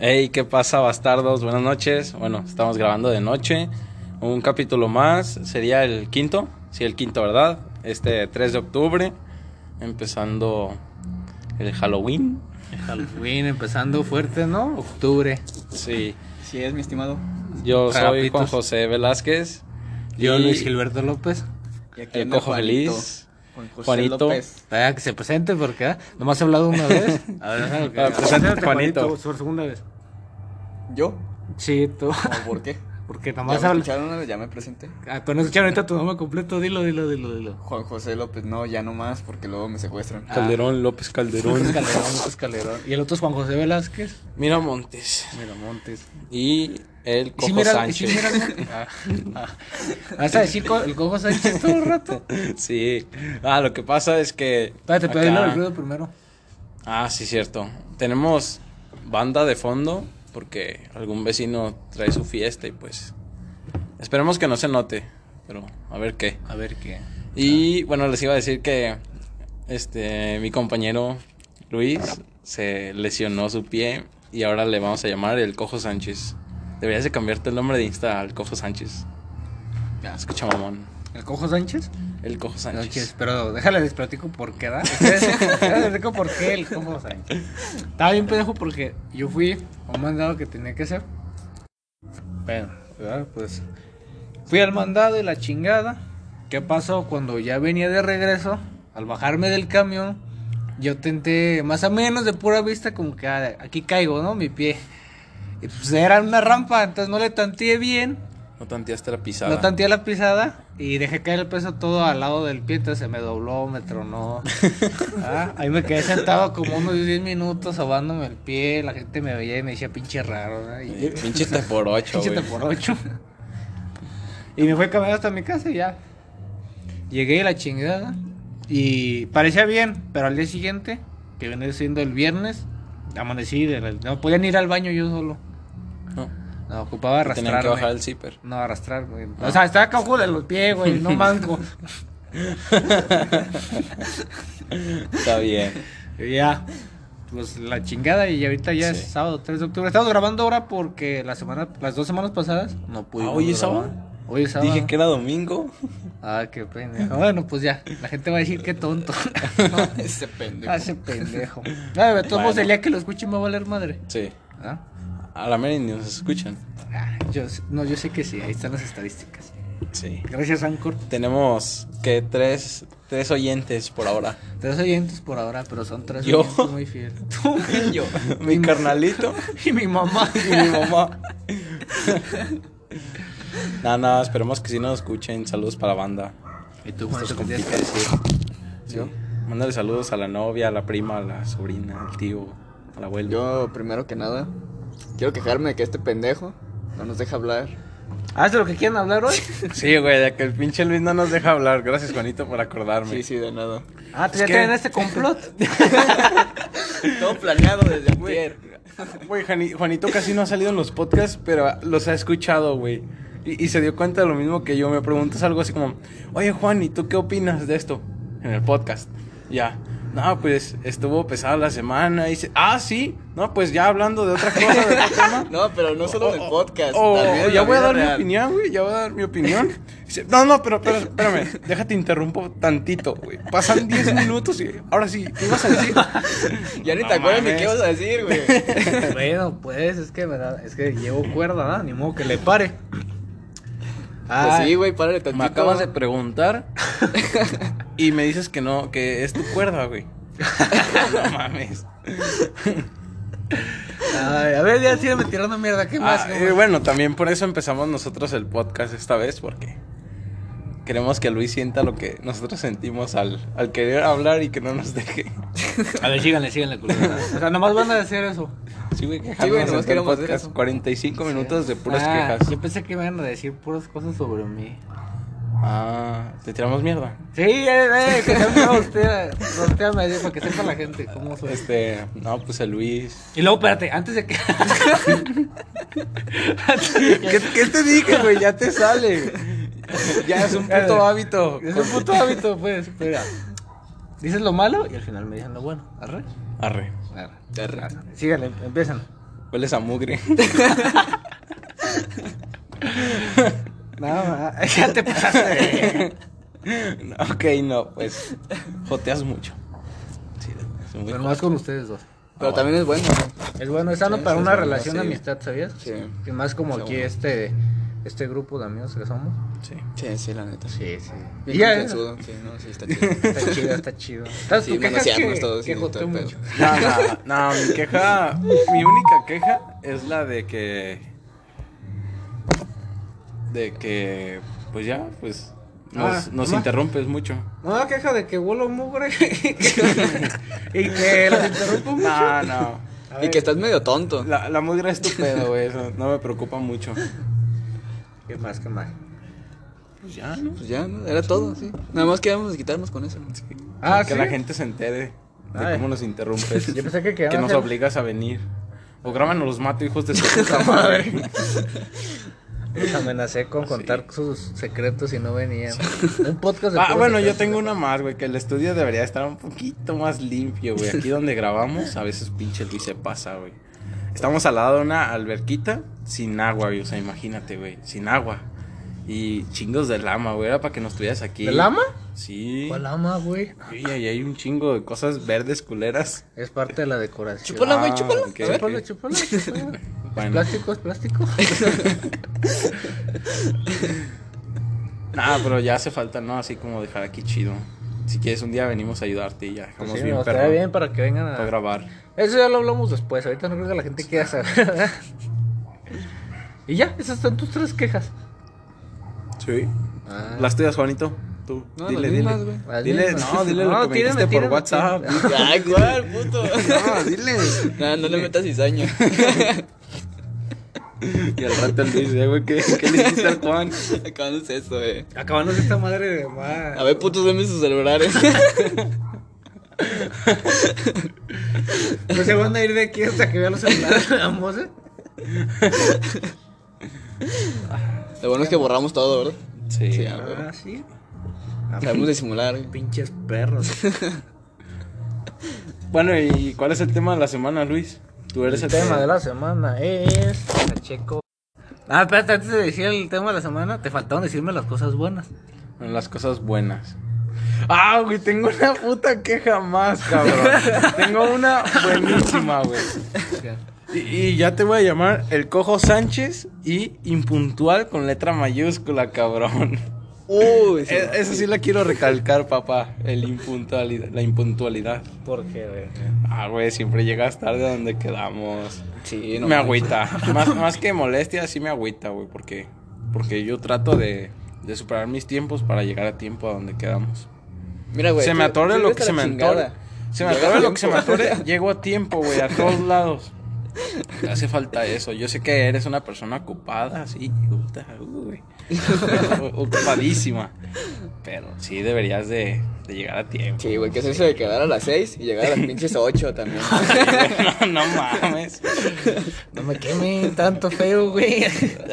Hey, ¿qué pasa, bastardos? Buenas noches. Bueno, estamos grabando de noche. Un capítulo más. Sería el quinto. Sí, el quinto, ¿verdad? Este 3 de octubre. Empezando el Halloween. El Halloween empezando fuerte, ¿no? Octubre. Sí. Sí es, mi estimado. Yo soy Jarapitos. Juan José Velázquez. Yo, Y Luis Gilberto López. Y aquí El anda cojo Juanito, feliz, Juan José Juanito. López. Para que se presente, porque ¿eh? nomás he hablado una vez. A ver, déjalo que- Ah, preséntate, Preséntate, Juanito. por segunda vez. ¿Yo? Sí, tú. ¿O por qué? Porque ¿Ya nomás me hablas. escucharon una vez? ¿Ya me presenté? Ah, pero no escucharon ahorita tu nombre completo. Dilo, dilo, dilo, dilo. Juan José López, no, ya no más, porque luego me secuestran. Ah. Calderón, López Calderón. Calderón, López Calderón. Y el otro es Juan José Velázquez. Mira Montes. Miramontes. Y el ¿Y si Cojo mira, y si Sánchez. mira, Ah, ah. ¿Vas a decir co- el Cojo Sánchez todo el rato? Sí. Ah, lo que pasa es que. Espérate, pero dilo acá- el ruido primero. Ah, sí, cierto. Tenemos banda de fondo porque algún vecino trae su fiesta y pues esperemos que no se note, pero a ver qué. A ver qué. Y bueno, les iba a decir que este mi compañero Luis se lesionó su pie y ahora le vamos a llamar el Cojo Sánchez. Deberías de cambiarte el nombre de Insta al Cojo Sánchez. Ya, escucha mamón. ¿El Cojo Sánchez? El Cojo Sánchez, Sánchez. pero déjale les platico por qué, ¿da? Ustedes- déjales platico por qué el Cojo Sánchez. Estaba bien pendejo porque yo fui a un mandado que tenía que hacer. Bueno, ¿verdad? pues fui al mandado y la chingada. ¿Qué pasó? Cuando ya venía de regreso, al bajarme del camión, yo tenté más o menos de pura vista como que ah, aquí caigo, ¿no? Mi pie. Y pues era una rampa, entonces no le tanteé bien. No tanteaste la pisada. No tanteé la pisada y dejé caer el peso todo al lado del pie, entonces se me dobló, me tronó. Ah, ahí me quedé sentado como unos 10 minutos sobándome el pie, la gente me veía y me decía pinche raro, ¿no? Y- Eh, Pinche te por ocho, pinche güey. te por ocho. Y me fui caminando hasta mi casa y ya. Llegué a la chingada y parecía bien, pero al día siguiente, que viene siendo el viernes, amanecí, de la- no podía ni ir al baño yo solo. No, No, ocupaba te arrastrarme. tenían que bajar el zipper. No, arrastrar, güey. O sea, estaba cojo de los pies, güey, no manco. Está bien. Y ya. Pues la chingada y ahorita ya es Sí. sábado 3 de octubre. Estamos grabando ahora porque la semana, las dos semanas pasadas no pudimos. Ah, ¿hoy es grabar. sábado? Hoy es sábado. Dije que era domingo. Ah, qué pendejo. Bueno, pues ya. La gente va a decir qué tonto. Ese pendejo. Ah, Hace pendejo. Ay, de todos modos, Bueno. el día que lo escuchen me va a valer madre. Sí. ¿Ah? A la mera ni nos escuchan. Ah, yo, sé- no, yo sé que sí. Ahí están las estadísticas. Sí. Gracias, Anchor. Tenemos que tres, tres oyentes por ahora. Tres oyentes por ahora, pero son tres Yo. oyentes muy fieles. Tú y yo. Mi carnalito Y mi mamá. y mi mamá. Nada, nada, esperemos que sí nos escuchen. Saludos para la banda. ¿Y tú, Estos Juanito, qué tienes que compitas. decir? ¿Yo? Mándale saludos a la novia, a la prima, a la sobrina, al tío, al abuelo. Yo, primero que nada, quiero quejarme de que este pendejo no nos deja hablar. ¿Haz Ah, de lo que quieran hablar hoy? Sí, güey, ya que el pinche Luis no nos deja hablar. Gracias, Juanito, por acordarme. Sí, sí, de nada. Ah, ¿tú ya que- tienen este complot. Todo planeado desde Güey, ayer. güey, Jani- Juanito casi no ha salido en los podcasts, pero los ha escuchado, güey. Y, y se dio cuenta de lo mismo que yo. Me preguntas algo así como, oye, Juan, ¿y tú qué opinas de esto? En el podcast. Ya. No, pues estuvo pesada la semana. Y dice, ah, sí. No, pues ya hablando de otra cosa, de otro tema. No, pero no solo del O- podcast. o- también o en Oh, ya la voy a vida dar mi real. opinión, güey. Ya voy a dar mi opinión. Dice, No, no, pero, pero espérame. Déjate interrumpo tantito, güey. Pasan 10 minutos y ahora sí, ¿qué ibas a decir? Ya ni No te acuerdas ni mames. qué vas a decir, güey. bueno, pues es que, ¿verdad? Es que llevo cuerda, ¿verdad? Ni modo que le pare. Pues sí, güey, párale tantito. Me acabas de preguntar y me dices que no, que es tu cuerda, güey. No mames. Ay, a ver, ya sígueme tirando mierda. ¿Qué más? Ah, ¿Qué eh, más? bueno, también por eso empezamos nosotros el podcast esta vez, porque queremos que Luis sienta lo que nosotros sentimos al, al querer hablar y que no nos deje. A ver, síganle, síganle, culero. O sea, nomás van a decir eso. Sí, güey, Sí, quejarnos güey, nomás en todo el queremos hacer podcast. eso. 45 minutos de puras Ah, quejas. Yo pensé que iban a decir puras cosas sobre mí. Ah, te tiramos mierda. Sí, eh, eh, que sea una usted, usted me dijo, para que sepa la gente cómo soy. Este, no, pues a Luis. Y luego, espérate, antes de que. Antes de que- ¿Qué, qué te dije, güey? Ya te sale. Ya es un puto hábito. Es un puto hábito, pues. Espera. Dices lo malo y al final me dicen lo bueno. Arre. Arre. Arre. Arre. Síganle, empiezan. Hueles a mugre. Nada más. Ya te pasaste de- No, ok, no, pues. Joteas mucho. Sí, es muy Pero más con ustedes dos. Pero también es bueno. ¿no? Es bueno, es sano Sí, para sí, una es bueno, relación de sí. amistad, ¿sabías? Sí. Que más como aquí Seguro. este, este grupo de amigos que somos. Sí. Sí, sí, la neta. Sí, sí. Bien Y ya, confianzudo, sí, no, sí, está chido. está chido, está chido. ¿Estás Sí, manosearnos todos y todo el pedo. No, no, no, mi queja, mi única queja es la de que, de que, pues ya, pues, nos, Ah, nos ma- interrumpes mucho. No, queja de que vuelo mugre y que los interrumpo mucho. No, no, A Y ver, que estás medio tonto. la, la mugre es tu pedo, güey, eso no me preocupa mucho. ¿Qué más, qué más? Pues ya, ¿no? Pues ya, ¿no? Era todo, sí. Nada más queríamos quitarnos con eso. Sí. Ah, que ¿sí? la gente se entere de Ay. cómo nos interrumpes, Yo pensé que que quedaban nos a hacer- obligas a venir. O graban los mato, hijos de su puta madre. Los amenacé con contar sus secretos y no venían. Un podcast de Ah, puros bueno, yo secretos. tengo una más, güey, que el estudio debería estar un poquito más limpio, güey. Aquí donde grabamos, a veces pinche Luis se pasa, güey. Estamos al lado de una alberquita sin agua, güey. O sea, imagínate, güey, sin agua. Y chingos de lama, güey. Era para que nos tuvieras aquí. ¿De lama? Sí. ¿Cuál ama, güey? Y ahí hay un chingo de cosas verdes culeras. Es parte de la decoración. Chúpala, güey, Ah, chúpala. ok, A ver. Chúpala, ok. chúpala, chúpala. Bueno. Plástico, es plástico. Nah, pero ya hace falta, ¿no? Así como dejar aquí chido. Si quieres, un día venimos a ayudarte y ya dejamos Pues Sí, bien, no, estaría perro. bien para que vengan Para a... grabar. Eso ya lo hablamos después, ahorita no creo que la gente quiera saber. y ya, esas son tus tres quejas. Sí. Ah. Las tuyas, Juanito. Tú. No, dile, las dile. mismas, güey. Las Dile, mismas. no, dile No, lo que me tírame, dijiste por tírame, WhatsApp. Ay, ¿cuál, puto? No, dile. Nah, no le metas cizaña. Y al rato él dice, güey, ¿qué, qué le dijiste al Juan? Acabamos eso, eh. Acabándose esta madre de más. A ver, putos, denme sus celulares. No se van a ir de aquí hasta que vean los celulares ambos, ¿eh? Lo bueno es que borramos todo, ¿verdad? Sí. Sí, a Ah, ver. sí. Ah, pues, Sabemos disimular, güey. Pinches perros. Bueno, ¿y cuál es el tema de la semana, Luis? Tú eres El el tema de la semana es. Pacheco. Ah, espérate, antes de decir el tema de la semana, te faltaron decirme las cosas buenas. Bueno, Las cosas buenas. Ah, güey, tengo una puta queja más, cabrón. tengo una buenísima, güey. Y, y ya te voy a llamar el cojo Sánchez y impuntual con letra mayúscula, cabrón. Uy, sí. E- Esa sí la quiero recalcar, papá. El impuntualidad, la impuntualidad. ¿Por qué, güey? Ah, güey, siempre llegas tarde a donde quedamos. Sí, no. me agüita. más, más que molestia, sí me agüita, güey, porque, porque yo trato de, de superar mis tiempos para llegar a tiempo a donde quedamos. Mira, güey. se me tú- atore tú lo vete que a se la me chingada. atore. Se me Llega atore lo que se me tiempo. atore, llego a tiempo, güey, a todos lados. Te hace falta eso. Yo sé que eres una persona ocupada, sí, puta, uy, ocupadísima. Pero sí deberías de, de llegar a tiempo. Sí, güey, que es eso de quedar a las 6 y llegar a las pinches 8 también. no, no mames. No me quemen tanto feo, güey.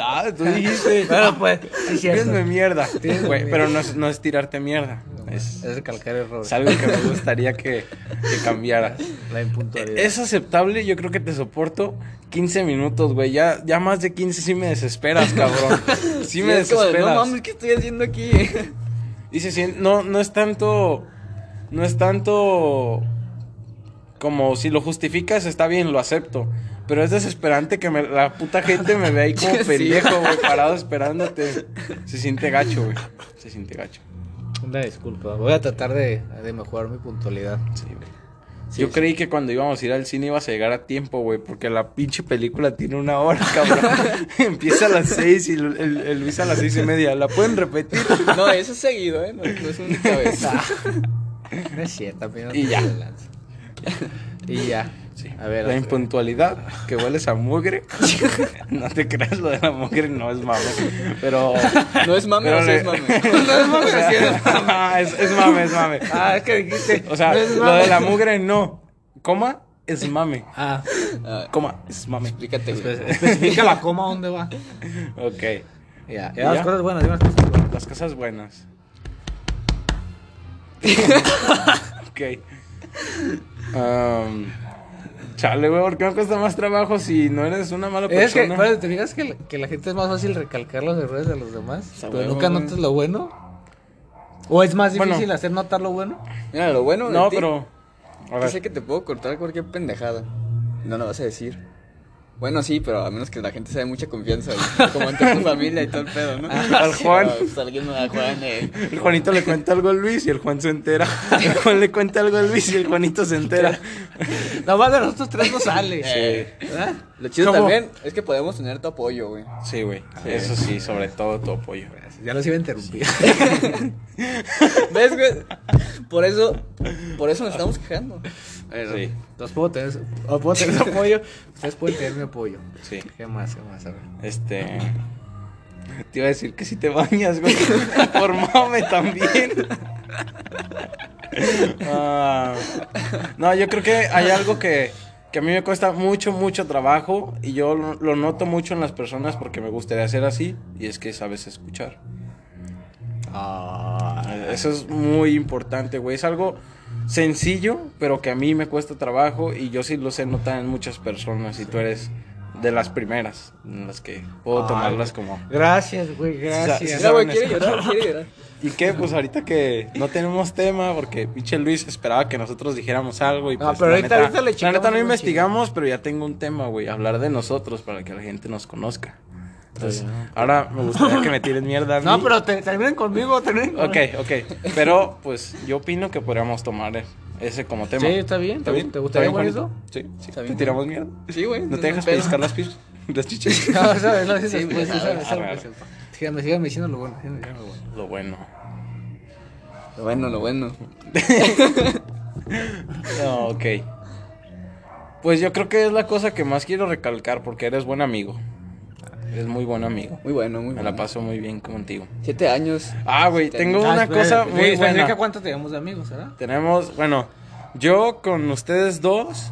Ah, tú dijiste. Bueno, pues, sí, cierto. Tírenme mierda. Tírenme Güey, mierda. pero no es, no es tirarte mierda. Es Es, recalcar errores. es algo que me gustaría que, que cambiaras. La impuntualidad. Eh, Es aceptable, yo creo que te soporto 15 minutos, güey. Ya, ya más de 15 sí me desesperas, cabrón. Sí me es como de, desesperas. No mames, ¿qué estoy haciendo aquí? Y se sien- no, no es tanto. No es tanto. Como si lo justificas, está bien, lo acepto. Pero es desesperante que me- la puta gente me vea ahí como Sí. pendejo, güey, parado esperándote. Se siente gacho, güey. Se siente gacho. Una disculpa. Voy a tratar de, de mejorar mi puntualidad. Sí, güey. Yo creí que cuando íbamos a ir al cine ibas a llegar a tiempo, güey, porque la pinche película tiene una hora, cabrón. Empieza a las seis y el, el- el Luis a las seis y media. ¿La pueden repetir? No, eso es seguido, ¿eh? No, no es una cabeza. No es cierto, también. Y ya. Y ya. A ver, la otra. impuntualidad, que hueles a mugre. no te creas, lo de la mugre no es mame. Pero. No es mame, pero o sí le- es mame. No es mame, O sea, sí es es, es mame, es mame. Ah, es que dijiste. O sea, no es lo mame. de la mugre no. Coma, es mame. Ah, Ah, Coma, es mame. explícate, pues, güey. especifica la coma dónde va. Ok. Ya, ya. las cosas buenas, ya las cosas buenas. Las cosas buenas. ok. Am, Chale, güey, ¿por qué me cuesta más trabajo si no eres una mala Es que, persona? bueno, ¿te fijas que, la- que la gente es más fácil recalcar los errores de los demás? Está Pero huevo, nunca güey. notas lo bueno. ¿O es más Bueno. difícil hacer notar lo bueno? Mira, lo bueno de no, ti pero. A Yo sé ver. que te puedo cortar cualquier pendejada. No lo vas a decir. Bueno, sí, pero a menos que la gente sea de mucha confianza. güey. Como entre tu familia y todo el pedo, ¿no? Al Juan. Ah, pues, alguien a Juan, eh. El Juanito le cuenta algo a Luis y el Juan se entera. El Juan le cuenta algo a Luis y el Juanito se entera. Nomás de nosotros tres no sale. Sí. ¿Verdad? Lo chido ¿Cómo? también es que podemos tener tu apoyo, güey. Sí, güey. Eso sí, sobre todo tu apoyo. Ya los iba a interrumpir. ¿Ves, güey? Por eso, por eso nos estamos quejando. Sí, Los puedo tener, o puedo tener su apoyo. Ustedes pueden tener mi apoyo. sí. ¿Qué más? ¿Qué más? A ver. Este. Te iba a decir que si te bañas, güey. Por mame también. Ah, no, yo creo que hay algo que, que a mí me cuesta mucho, mucho trabajo. Y yo lo, lo noto mucho en las personas porque me gustaría ser así. Y es que sabes escuchar. Ah, Eso es muy importante, güey. Es algo sencillo, pero que a mí me cuesta trabajo. Y yo sí lo sé notar en muchas personas. Y tú eres de las primeras en las que puedo Ay, tomarlas como. Gracias, güey, Ya gracias. Mira, güey, saben quiere llorar, quiere llorar. ¿Y qué? Pues ahorita que no tenemos tema, porque pinche Luis esperaba que nosotros dijéramos algo. Y No, pues, Ah, pero la ahorita- neta- ahorita le La checamos neta no algo investigamos, pero ya tengo un tema, güey. Hablar de nosotros para que la gente nos conozca. Entonces, bien. ahora me gustaría que me tiren mierda. a No, mí. pero te, terminen conmigo, terminen conmigo. Ok, ok. Pero, pues, yo opino que podríamos tomar ese como tema. Sí, está bien. ¿Te, gu- te gustaría ¿Está jugar bien, eso? Juanito? Sí, sí. Está ¿Te bien. tiramos mierda? Sí, güey. ¿No te dejas pedo. pellizcar las pis- las chichis? No, sabes, no, Sí, sí, güey, pues, sí, sabes, a ver, sabes. Síganme, síganme diciendo lo bueno, síganme diciendo Lo lo bueno. bueno. Lo bueno, lo bueno. No, Ah, ok. Pues yo creo que es la cosa que más quiero recalcar porque eres buen amigo. Eres muy buen amigo. Muy bueno, muy Me bueno. la paso muy bien contigo. Siete años. Ah, güey, tengo Ah, una espera, cosa sí, muy espera, buena. ¿Significa cuánto tenemos de amigos, verdad? Tenemos, bueno, yo con ustedes dos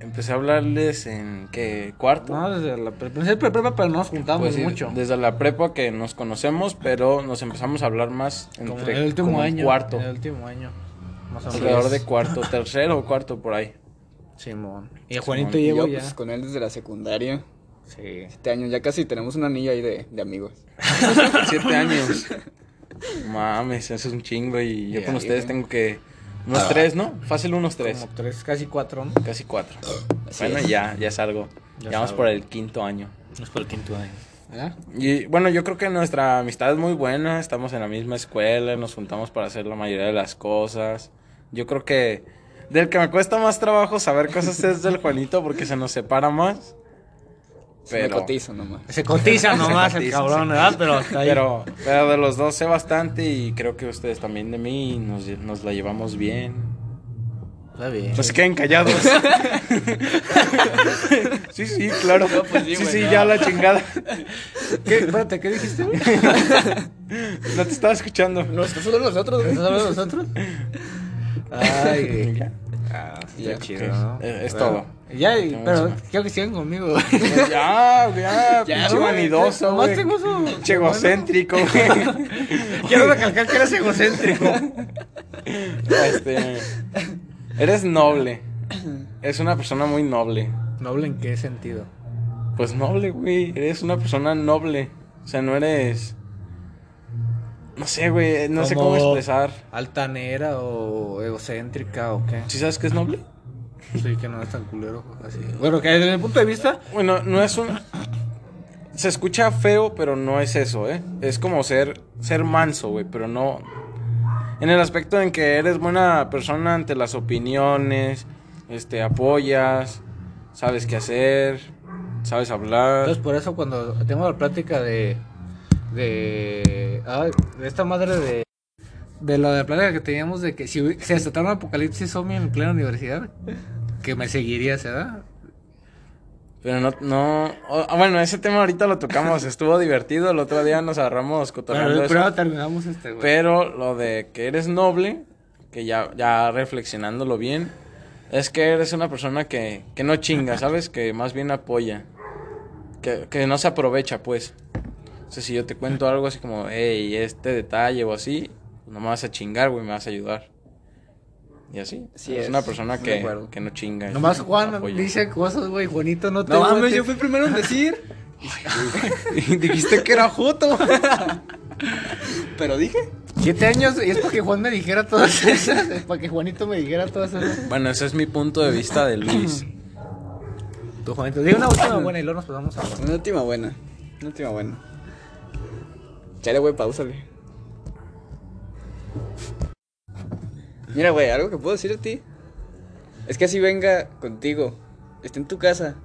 empecé a hablarles en qué cuarto. No, desde la pre- desde la prepa, pero no nos juntamos Pues sí, mucho. Desde la prepa que nos conocemos, pero nos empezamos a hablar más entre Como en el último como en año. cuarto, en El último año. Más o menos. alrededor de cuarto, tercero o cuarto por ahí. Simón. Y Juanito Simón. Y llevo yo, ya. pues, con él desde la secundaria. Sí. Siete años. Ya casi tenemos un anillo ahí de, de amigos. Siete años. Mames, eso es un chingo y Ah, yo Ya, con ustedes bien. tengo que unos tres, ¿no? Fácil unos tres, Como tres, casi cuatro. ¿no? casi cuatro. Así Bueno, es. ya, ya salgo. Ya Ya, vamos salgo. por el quinto año. No es por el quinto año. ¿Verdad? Y bueno, yo creo que nuestra amistad es muy buena, estamos en la misma escuela, nos juntamos para hacer la mayoría de las cosas. Yo creo que del que me cuesta más trabajo saber cosas es del Juanito porque se nos separa más. Me Pero, cotizo nomás. Se cotiza nomás el cotiza, cabrón, ¿verdad? Pero hasta ahí. pero, pero de los dos sé bastante y creo que ustedes también de mí y nos, lle- nos la llevamos bien. Está bien. No Pues se queden callados. sí, sí, claro. No, pues sí, sí, sí, güey, no. ya la chingada. ¿Qué? Espérate, ¿qué dijiste? güey? No te estaba escuchando. Nosotros solo nosotros, güey. ¿Estás hablando de nosotros? Ay, güey. Ya. Ah, Ya, está chido, ok. ¿no? Eh, es Bueno, todo. Ya, y- Tengo mucho pero más. quiero que sigan conmigo. güey. Pues ya, ya, Ya, pinche güey, vanidoso, Nomás güey. tengo eso. Pinche egocéntrico, güey. Quiero recalcar que eres egocéntrico. Este, eres noble. Es una persona muy noble. ¿Noble en qué sentido? Pues noble, güey. Eres una persona noble. O sea, no eres. No sé, güey. No sé cómo Como- expresar. ¿Altanera o egocéntrica o qué? ¿Sí sabes qué es noble? Sí, que no es tan culero. Así. Bueno, que desde mi punto de vista, Bueno, no es un. Se escucha feo, pero no es eso, ¿eh? Es como ser, ser manso, güey, pero no. En el aspecto en que eres buena persona ante las opiniones, este, apoyas, sabes qué hacer, sabes hablar. Entonces por eso cuando tengo la plática de de ay, de esta madre de de lo de la plática que teníamos de que si hubi- se desatara un apocalipsis zombie en plena universidad que me seguiría, ¿verdad? Pero no, no. ah, bueno, ese tema ahorita lo tocamos, estuvo divertido. El otro día nos agarramos cotorreando Pero, eso. pero terminamos este güey. Pero lo de que eres noble, que ya, ya reflexionándolo bien, es que eres una persona que, que no chinga, ¿sabes? Que más bien apoya. Que, que no se aprovecha, pues. O sea, si yo te cuento algo así como, hey, este detalle o así, no me vas a chingar, güey, me vas a ayudar. Y así. Sí, es, es. una persona Estoy de que, acuerdo. que no chinga. es Nomás un Juan apoyo. dice cosas, güey. Juanito no te. No mames, mete. yo fui primero en decir. Dijiste que era Joto. Pero dije. Siete años y es para que Juan me dijera todas esas. Es para que Juanito me dijera todas esas. bueno, ese es mi punto de vista de Luis. Tu Juanito. Dime una última buena y luego nos pasamos a Juan. Una última buena. Una última buena. Chale, güey, pausale. Mira, güey, algo que puedo decir a ti. Es que así venga contigo. Esté en tu casa.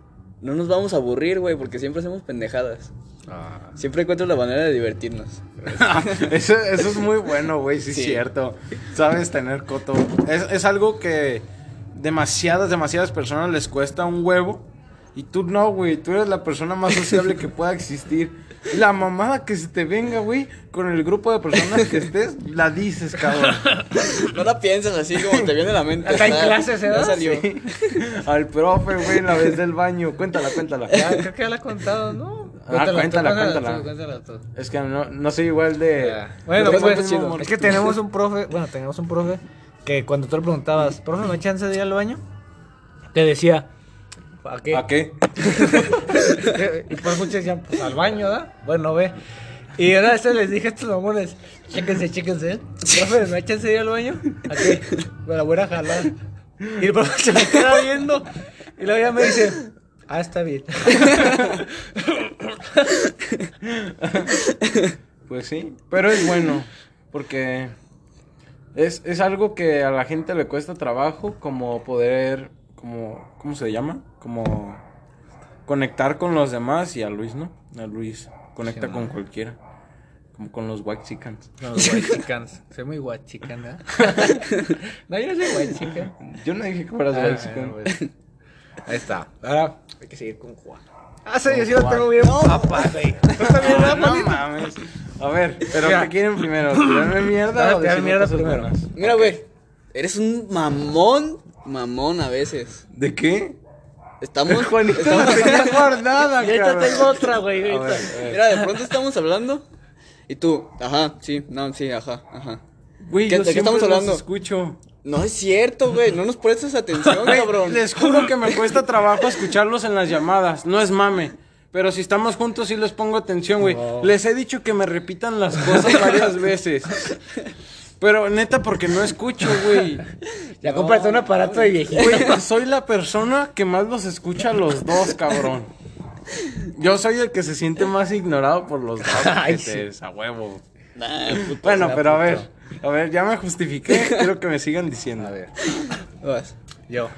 No nos vamos a aburrir, güey, porque siempre hacemos pendejadas. Ah. Siempre encuentro la manera de divertirnos. eso, eso es muy bueno, güey, sí, Sí. es cierto. Sabes tener coto. Es, es algo que demasiadas, demasiadas personas les cuesta un huevo. Y tú no, güey, tú eres la persona más sociable que pueda existir. La mamada que se te venga, güey, con el grupo de personas que estés, la dices, cabrón. No la piensas así como te viene a la mente. Hasta en está- clases, ¿eh? Ya salió. Al profe, güey, la vez del baño. Cuéntala, cuéntala. Ya, creo que ya la he contado, ¿no? Ah, cuéntala, cuéntala. tú, cuéntala tú. Es que no, no soy igual de. Ya. Bueno, Tengo pues, el mismo humor es que tú. tenemos un profe, bueno, tenemos un profe que cuando tú le preguntabas, profe, ¿me hay chance de ir al baño? Te decía, ¿a qué? ¿A qué? y por muchos decían, pues al baño, ¿verdad? Bueno, ve. Y ahora eso les dije a estos mamones, chéquense, chéquense, ¿eh? profe, ¿me hay chance de ir al baño? ¿A qué? Me la voy a jalar. Y el profe se me queda viendo y luego ya me dice, ah, está bien. Pues sí, pero es bueno, porque es, es algo que a la gente le cuesta trabajo, como poder, como, ¿cómo se llama? Como conectar con los demás y a Luis, ¿no? A Luis conecta Sí, con cualquiera, como con los white chickens. No, guachicans. Soy muy guachican, ¿eh? no, yo no soy guachican. Yo no dije que fueras Ah, white chicken. bueno, pues. Ahí está. Ahora hay que seguir con Juan. Ah, sí, Con yo sí lo Juan. tengo bien. Papá, güey. ¿Tú también, Ah, verdad, no Juanito? mames. A ver, pero Mira. ¿qué quieren primero? ¿Tirarme mierda Ah, o tirar decirme mierda cosas primero. buenas? Mira, güey. Eres un mamón. Mamón a veces. ¿De qué? Estamos. Juanito, no estamos- tenía guardada, Y ahorita cabrón. tengo otra, güey. A ver, ahorita. a ver. Mira, de pronto estamos hablando. Y tú, ajá, sí, no, sí, ajá, ajá. Güey, ¿Qué- yo de qué siempre estamos los hablando? escucho. No es cierto, güey. No nos prestas atención, Güey, cabrón. Les juro que me cuesta trabajo escucharlos en las llamadas. No es mame. Pero si estamos juntos sí les pongo atención, güey. Oh. Les he dicho que me repitan las cosas varias veces. Pero neta, porque no escucho, güey. Ya cómprate un aparato de viejito. Güey, soy la persona que más los escucha a los dos, cabrón. Yo soy el que se siente más ignorado por los dos. Ay, ojetes, a huevo. Nah, puto, Bueno, será pero a puto. ver. A ver, ya me justifiqué. Quiero que me sigan diciendo. A ver. Vas. Yo.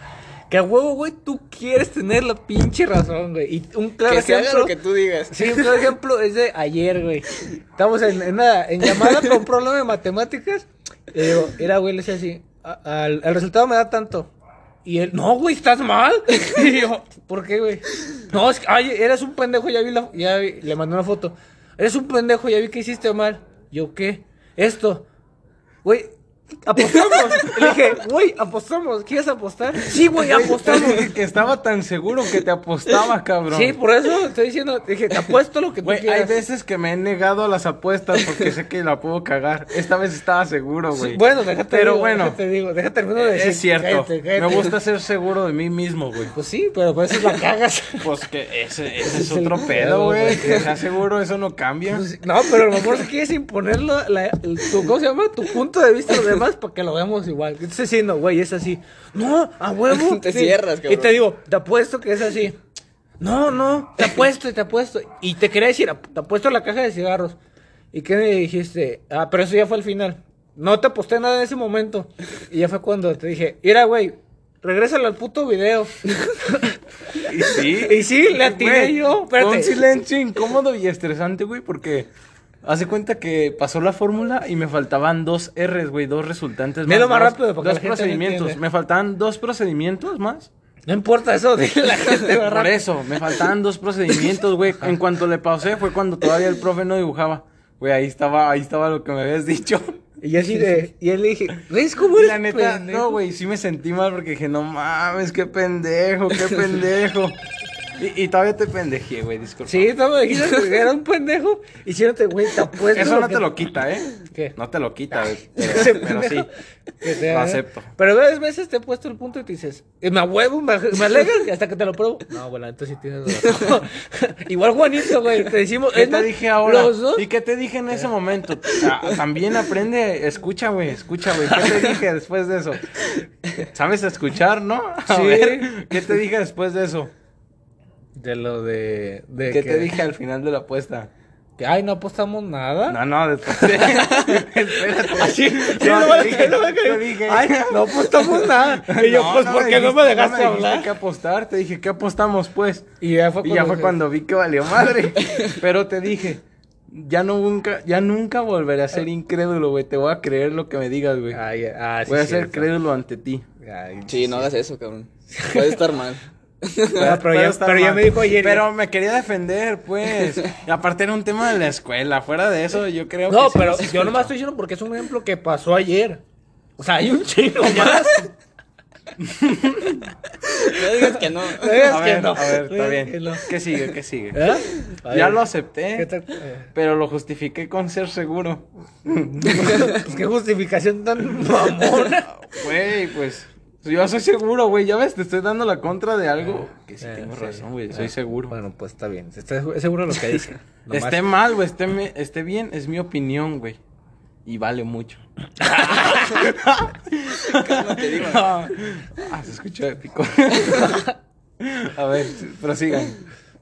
Que a huevo, güey, tú quieres tener la pinche razón, güey. Y un claro Que se haga ejemplo. lo que tú digas. Sí, un claro ejemplo es de ayer, güey. Estamos en, en una en llamada con un problema de matemáticas. Y le digo, era, güey, le decía así, "A- al, el resultado me da tanto. Y él, no, güey, estás mal. Y yo, ¿por qué, güey? No, es que, ay, eres un pendejo, ya vi la, ya vi- le mandé una foto. Eres un pendejo, ya vi que hiciste mal. Yo, ¿qué? Esto. Güey, apostamos. Le dije, güey, apostamos. ¿Quieres apostar? Sí, güey, apostamos. Que, que estaba tan seguro que te apostaba, cabrón. Sí, por eso estoy diciendo, dije, te apuesto lo que tú Güey, hay quieras. veces que me he negado a las apuestas porque sé que la puedo cagar. Esta vez estaba seguro, Sí, güey. bueno, déjate Pero digo, bueno, eh, déjate digo, déjate termino de decir. es cierto. cállate, cállate. Me gusta ser seguro de mí mismo, güey. Pues sí, pero por eso la cagas. Pues que ese, ese es Es el otro pedo, pedo, güey. güey. Que sea seguro, eso no cambia. Pues sí, no, pero a lo mejor si quieres imponer la- la- el- tu, ¿cómo se llama? Tu punto de vista a los demás para que lo veamos igual. Yo te estoy diciendo, güey, es así. No, a huevo. Te cierras, cabrón. Y te digo, te apuesto que es así. No, no, te apuesto y te apuesto. Y te quería decir, te apuesto la caja de cigarros. ¿Y qué me dijiste? Ah, pero eso ya fue al final. No te aposté nada en ese momento. Y ya fue cuando te dije, mira, güey, regrésalo al puto video. Y sí. Y sí, le atiné Güey, yo. fue Espérate. un silencio incómodo y estresante, güey, porque hace cuenta que pasó la fórmula y me faltaban dos R's, güey, dos resultantes Dilo más dos- rápido, porque dos la gente no procedimientos. entiende. me faltaban dos procedimientos más. No importa eso, dile a la gente, Por ¿verdad? eso, me faltaban dos procedimientos, güey. En cuanto le pausé fue cuando todavía el profe no dibujaba. Güey, ahí estaba, ahí estaba lo que me habías dicho. Y yo así de, y él le dije, ¿ves cómo Y eres la neta, pendejo?" no, güey, sí me sentí mal porque dije, no mames, qué pendejo, qué pendejo. Y, y todavía te pendejé, güey, disculpa. Sí, estaba diciendo que era un pendejo. Hiciéndote, güey, te apuesto. Eso no Pues que- te lo quita, ¿eh? ¿Qué? No te lo quita, güey. Ese Pero, pero sí. pendejo. que sea, Lo ¿eh? acepto. Pero varias veces te he puesto el punto y te dices, "Eh, me huevo, me, me alegra", y hasta que te lo pruebo. No, bueno, entonces sí tienes razón. Igual Juanito, güey, te decimos, ¿Qué es te más, dije ahora? Los dos. ¿Y qué te dije en ese momento? Ah, También aprende, escucha, güey, escucha, güey. ¿Qué te dije después de eso? ¿Sabes escuchar, no? A Sí. ver, ¿qué te dije después de eso? De lo de. de ¿Qué que- te dije al final de la apuesta? que, ay, no apostamos nada. No, no, después de... Espérate. ¿Ah? Así, sí, No, no, te me- dije, no me- te dije. Ay, no apostamos nada. Y yo, pues, ¿por qué no me dijiste- dejaste dijiste hablar? que apostar, te dije, ¿qué apostamos, pues? Y ya fue Y ya fue se- cuando vi que valió madre. Pero te dije, ya no nunca, ya nunca volveré a ser incrédulo, güey. Te voy a creer lo que me digas, güey. Ah. Ay, ah, sí, voy a ser cierto. crédulo ante ti. Ay, Sí, no hagas eso, cabrón. Puede estar mal. pero Puede ya- estar pero ya mal. me dijo ayer- Pero me quería defender, pues. Y Aparte era un tema de la escuela. Fuera de eso, yo creo que No, sí pero los escucho. yo nomás estoy diciendo porque es un ejemplo que pasó ayer. O sea, hay un chingo más. No digas que no. No digas A que ver, no. a ver, está No digas bien. que no. ¿Qué sigue? ¿Qué sigue? ¿Eh? A Ya ver, lo ¿qué acepté, tal? Eh, pero lo justifiqué con ser seguro. Pues qué justificación tan mamona. Güey, pues. Yo soy seguro, güey. Ya ves, te estoy dando la contra de algo. Que sí, Eh, tengo sí. razón, güey. Soy Eh, seguro. Bueno, pues está bien. Está es seguro de lo que dice. Nomás- Esté mal, güey. Esté, me- esté bien, es mi opinión, güey. Y vale mucho. ah, se escuchó épico. A ver, prosigan.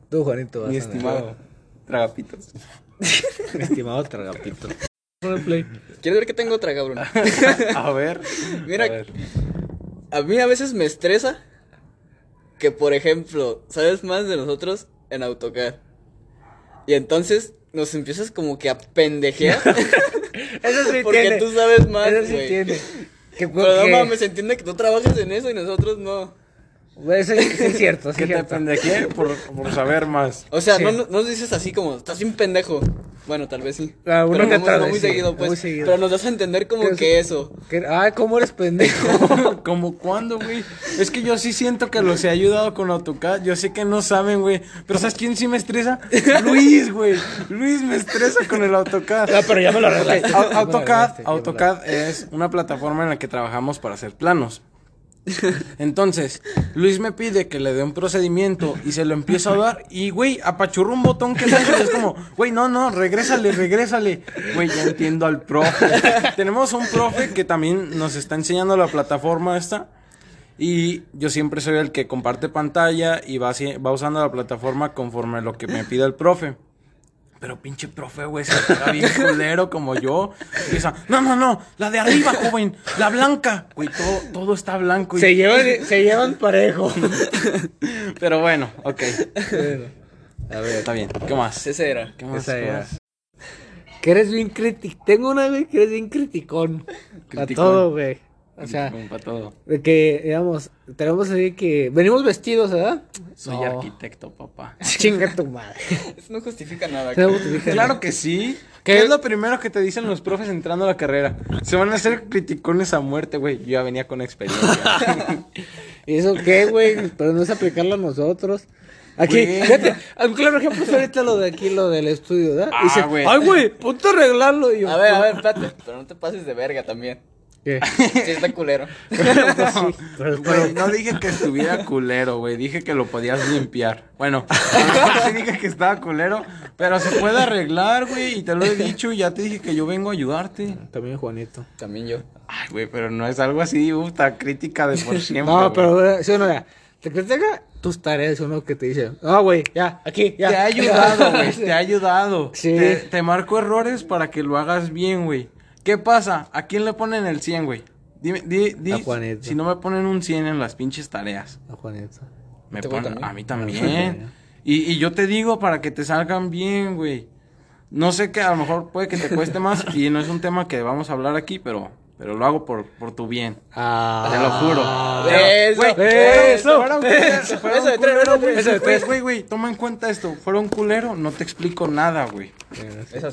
Tú, Juanito. vas Este Mi a ver. estimado. Tragapitos. Mi estimado tragapito. Ponle play. ¿Quieres ver qué tengo otra, cabrón? A ver. Mira. a ver. A mí a veces me estresa que, por ejemplo, sabes más de nosotros en AutoCAD. Y entonces nos empiezas como que a pendejear Eso sí porque tiene. tú sabes más, Eso sí güey. tiene. Que, Pero no que- mames, entiende que tú trabajas en eso y nosotros no. Güey, Eso sí sí es cierto. Sí Que es te cierto. pendejeé por, por saber más. O sea, Sí. no, no nos dices así como, estás bien pendejo. Bueno, tal vez sí. Ah, uno pero que no, otra no vez, muy sí, seguido, pues. muy seguido. Pero nos das a entender como Que que eso. Que- Ay, ¿cómo eres pendejo? Como cuando, güey. Es que yo sí siento que los he ayudado con AutoCAD. Yo sé que no saben, güey. Pero ¿sabes quién sí me estresa? Luis, güey. Luis me estresa con el AutoCAD. No, Ah, pero ya me lo arreglaste. Ok, Ya me Au- lo AutoCAD, arreglaste, ya me lo AutoCAD es una plataforma en la que trabajamos para hacer planos. Entonces, Luis me pide que le dé un procedimiento y se lo empiezo a dar y, güey, apachurró un botón que no es, es como, güey, no, no, regrésale, regrésale. Güey, ya entiendo al profe. Tenemos un profe que también nos está enseñando la plataforma esta. Y yo siempre soy el que comparte pantalla y va, haci- va usando la plataforma conforme lo que me pida el profe. Pero pinche profe, güey, se queda bien culero como yo. Empieza, no, no, no, la de arriba, joven, la blanca. Güey, todo, todo está blanco. y- Se llevan, se llevan parejo. Pero bueno, ok, A ver, está bien. ¿Qué más? Ese era. ¿Qué más? Esa ¿Qué era. más? que eres bien crítico. Tengo una, güey, que eres bien criticón. A Criticón. todo, güey. O sea, Como para todo. de que, digamos, tenemos así que. Venimos vestidos, ¿verdad? Soy No. arquitecto, papá. Chinga tu madre. Eso no justifica nada. No cabrón. justifica nada. Claro que sí. ¿Qué? ¿Qué? es lo primero que te dicen los profes entrando a la carrera? Se van a hacer criticones a muerte, güey. Yo ya venía con experiencia. ¿Y eso qué, güey? Pero no es aplicarlo a nosotros. Aquí, Güey. fíjate, un claro ejemplo es ahorita lo de aquí, lo del estudio, ¿verdad? Ah, Dice, güey. Ay, güey, ponte a arreglarlo. Y yo, A ver, a ver, espérate. Pero no te pases de verga también. ¿Qué? Sí, está culero. Pues sí, pero- pero- Güey, no dije que estuviera culero, güey. Dije que lo podías limpiar. Bueno, sí dije que estaba culero, pero se puede arreglar, güey. Y te lo he dicho y ya te dije que yo vengo a ayudarte. También Juanito. También yo. Ay, güey, pero no es algo así, puta, crítica de por siempre. No, güey. pero güey, si uno ya, te critica tus tareas, uno que te dice, ah, güey, ya, aquí, ya. Te ha ayudado, güey. Te ha ayudado. Sí. Te, te marco errores para que lo hagas bien, güey. ¿Qué pasa? ¿A quién le ponen el 100, güey? Dime, di, di A Juanito. si no me ponen un 100 en las pinches tareas. No, Juanito. Me ¿Te voy ponen- también? a mí también. también. Y, y yo te digo para que te salgan bien, güey. No sé que a lo mejor puede que te cueste más y no es un tema que vamos a hablar aquí, pero Pero lo hago por, por tu bien. Ah. Te lo juro. Eso, Güey, eso, fuera un- eso, fuera un eso de tres, culero, eso de güey. tres, eso de Güey, güey, güey, toma en cuenta esto. Fuera un culero, no te explico nada, güey.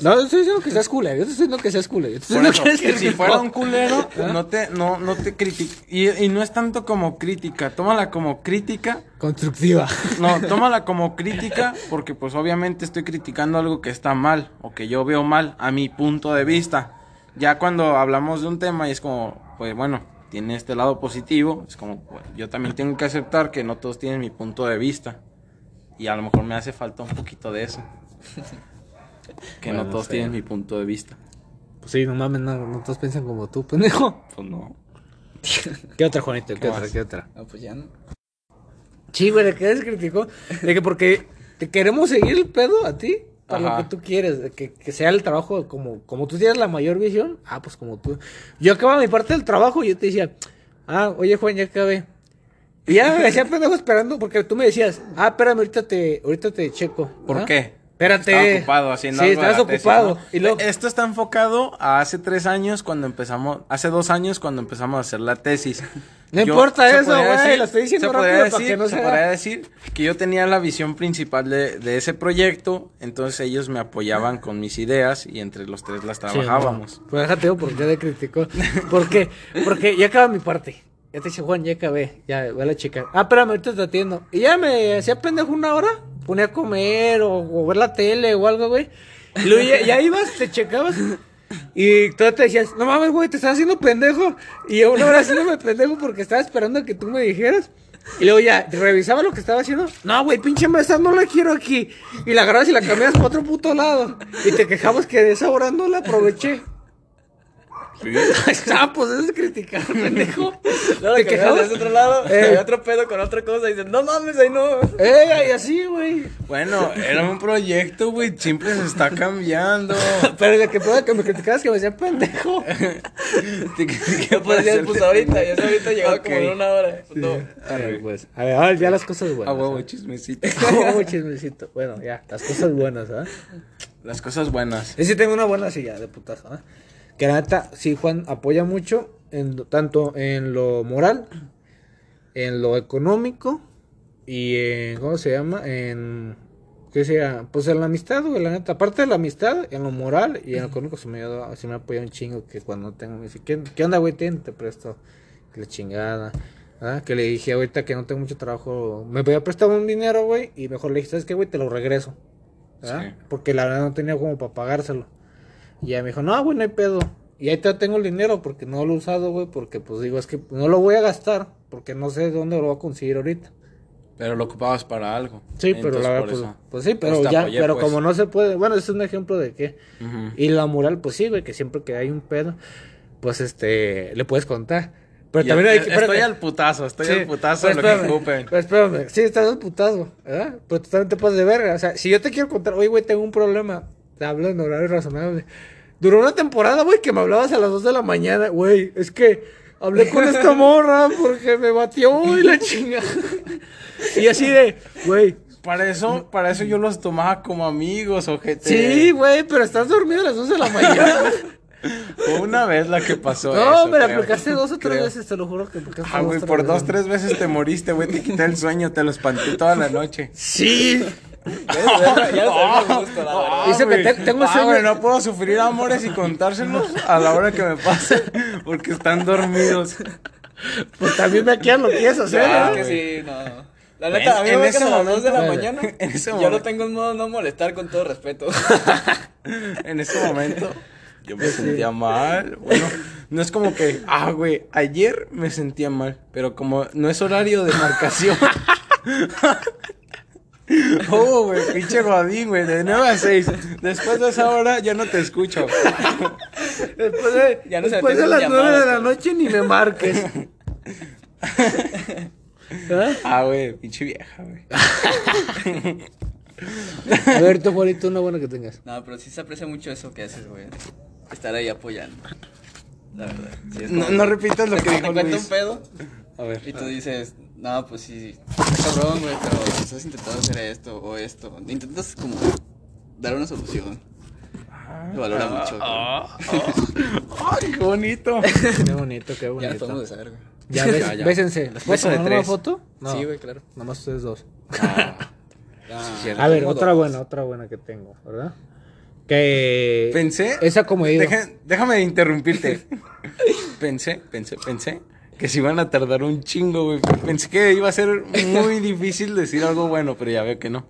No, yo estoy diciendo que seas culero. Yo estoy diciendo que seas culero. Yo estoy Por diciendo eso, que eres el si mejor. fuera un culero, no te, no, no te critica. Y, y no es tanto como crítica, tómala como crítica. Constructiva. No, tómala como crítica, porque pues obviamente estoy criticando algo que está mal, o que yo veo mal, a mi punto de vista. Ya cuando hablamos de un tema y es como, pues bueno, tiene este lado positivo, es como, pues, yo también tengo que aceptar que no todos tienen mi punto de vista. Y a lo mejor me hace falta un poquito de eso. Que no Bueno, todos sí. tienen mi punto de vista. Pues sí, no mames, no, no todos piensan como tú, pendejo. Pues no. ¿Qué otra, Juanito? ¿Qué, otra, otra? ¿Qué otra? No, pues ya no. Sí, güey, ¿de qué les criticó? De que porque te queremos seguir el pedo a ti. Para Ajá. lo que tú quieres, de que, que sea el trabajo como, como tú tienes la mayor visión, ah, pues como tú. Yo acababa mi parte del trabajo y yo te decía, ah, oye Juan, ya acabé. Y ya me decía pendejo esperando porque tú me decías, ah, espérame, ahorita te, ahorita te checo. ¿Por Ah, qué? Espérate. Estaba ocupado haciendo Sí, algo de estabas la tesis, ocupado. ¿no? Y luego, Esto está enfocado a hace tres años cuando empezamos, hace dos años cuando empezamos a hacer la tesis. No importa se eso, podría güey, decir- lo estoy diciendo se podría rápido para decir- que no se sea- podría decir que yo tenía la visión principal de, de ese proyecto, entonces ellos me apoyaban con mis ideas y entre los tres las Sí, trabajábamos. no, Pues déjate, digo por qué te criticó. ¿Por qué? Porque ya acaba mi parte. Ya te dice, Juan, ya acabé. Ya, voy a la chica. Ah, espérame, ahorita te atiendo. Y ya me hacía pendejo una hora. Ponía a comer o, o ver la tele o algo, güey. Y luego ya, ya ibas, te checabas. Y tú te decías, no mames, güey, te estás haciendo pendejo. Y yo una hora haciéndome pendejo porque estaba esperando a que tú me dijeras. Y luego ya, revisaba lo que estaba haciendo. No, güey, pinche mesa, no la quiero aquí. Y la agarrabas y la cambiabas para otro puto lado. Y te quejabas que de esa hora no la aproveché. Ahí está, pues eso es criticar, pendejo. Luego ¿Te que quejabas quejabas? de otro lado, Eh. había otro pedo con otra cosa y dices, no mames, ahí no. Eh, y así, güey. Bueno, era un proyecto, güey, siempre se está cambiando. Pero de que pueda que me criticabas que me decía pendejo. ¿Qué Yo pues ya, pues ahorita, ya ahorita llegaba Ok. como en una hora. Pues, no. Arre, pues. A ver, ahora ya las cosas A buenas. huevo, chismecito. ¿eh? A huevo, chismecito. Bueno, ya, las cosas buenas, ¿ah? Las cosas buenas. Ese tengo una buena silla de putazo, ¿eh? Que la neta, sí, Juan apoya mucho, en, lo- tanto en lo moral, en lo económico y en, ¿cómo se llama? En, ¿qué sea? Pues en la amistad, güey, la neta. Aparte de la amistad, en lo moral y en lo económico se me, ha dado- se me apoya un chingo que cuando tengo, me dice, ¿qué, qué onda, güey? Ten, te presto que la chingada. ¿verdad? Que le dije ahorita que no tengo mucho trabajo, me voy a prestar un dinero, güey, y mejor le dije, ¿sabes qué, güey? Te lo regreso. ¿verdad? Sí. Porque la verdad no tenía como para pagárselo. Y ya me dijo, no, güey, no hay pedo. Y ahí te tengo el dinero porque no lo he usado, güey, porque pues digo, es que no lo voy a gastar porque no sé dónde lo voy a conseguir ahorita. Pero lo ocupabas para algo. Sí, pero Entonces, la verdad, por pues, eso. pues sí, pero Pues te ya, apoyé, pero pues. como no se puede, bueno, ese es un ejemplo de que. Ujú. Y la moral, pues sí, güey, que siempre que hay un pedo, pues este, le puedes contar. Pero Y también al- hay que. Estoy espérate. al putazo, estoy Sí, pues al putazo de pero lo que espérame, ocupen. pero espérame, sí, estás al putazo, ¿verdad? Pero tú también te pasas de verga. O sea, si yo te quiero contar, oye, güey, tengo un problema. Te hablo en horario razonable. Duró una temporada, güey, que me hablabas a las 2 de la mañana, güey. Es que hablé con esta morra porque me batió y la chinga. y así de, güey. Para eso, para eso yo los tomaba como amigos, ojete. pues, Sí, güey, pero estás dormido a las 2 de la mañana. Fue una vez la que pasó no, eso, me la creo. aplicaste dos o tres Creo. veces, te lo juro que aplicaste Ah, güey, tres por dos, veces. tres veces te moriste, güey, te quité el sueño, te lo espanté toda la noche. Sí. Ya, ya no sabemos gusto, la verdad. Dice que güey. te- tengo Ah, sueño. güey, no puedo sufrir amores y contárselos a la hora que me pasa, porque están dormidos. Pues también me aquí lo quieres hacer, Ah, ¿eh? es que sí, no. La neta, En- a mí en me ese marcan a las 2 de la momento- mañana. En ese Yo momento. lo tengo en modo no molestar con todo respeto. En ese momento yo me sentía mal. Bueno, no es como que, ah, güey, ayer me sentía mal, pero como no es horario de marcación. Oh, güey, pinche Godín, güey, de 9 a 6. Después de esa hora ya no te escucho. Después de, Ya no se después de atienden las nueve de llamadas, la noche ni me marques. ¿Ah? Ah, güey, pinche vieja, güey. A ver, tú, Juanito, una buena que tengas. No, pero sí se aprecia mucho eso que haces, güey. Estar ahí apoyando. La verdad. Sí, es No, como- no repitas lo te que dijo cuenta un Luis. pedo A ver. y tú dices, no, pues sí, sí, está cabrón, güey, pero estás intentando hacer esto o esto. Intentas como dar una solución. Lo valora mucho. güey. Ah, ah. ¡Ay, qué bonito! Qué bonito, qué ya nos bonito. podemos besar, güey. Ya, bes- Ya, ya. bésense. ¿Les puedo Beso de tomar una tres. foto? No, Sí, güey, claro. Nomás ustedes dos. Ah, A ver, tengo otra dos. buena, otra buena que tengo, ¿verdad? Que. Pensé. Esa comedida. Deja- déjame interrumpirte. pensé, pensé, pensé que se iban a tardar un chingo, güey. Pensé que iba a ser muy difícil decir algo bueno, pero ya veo que no.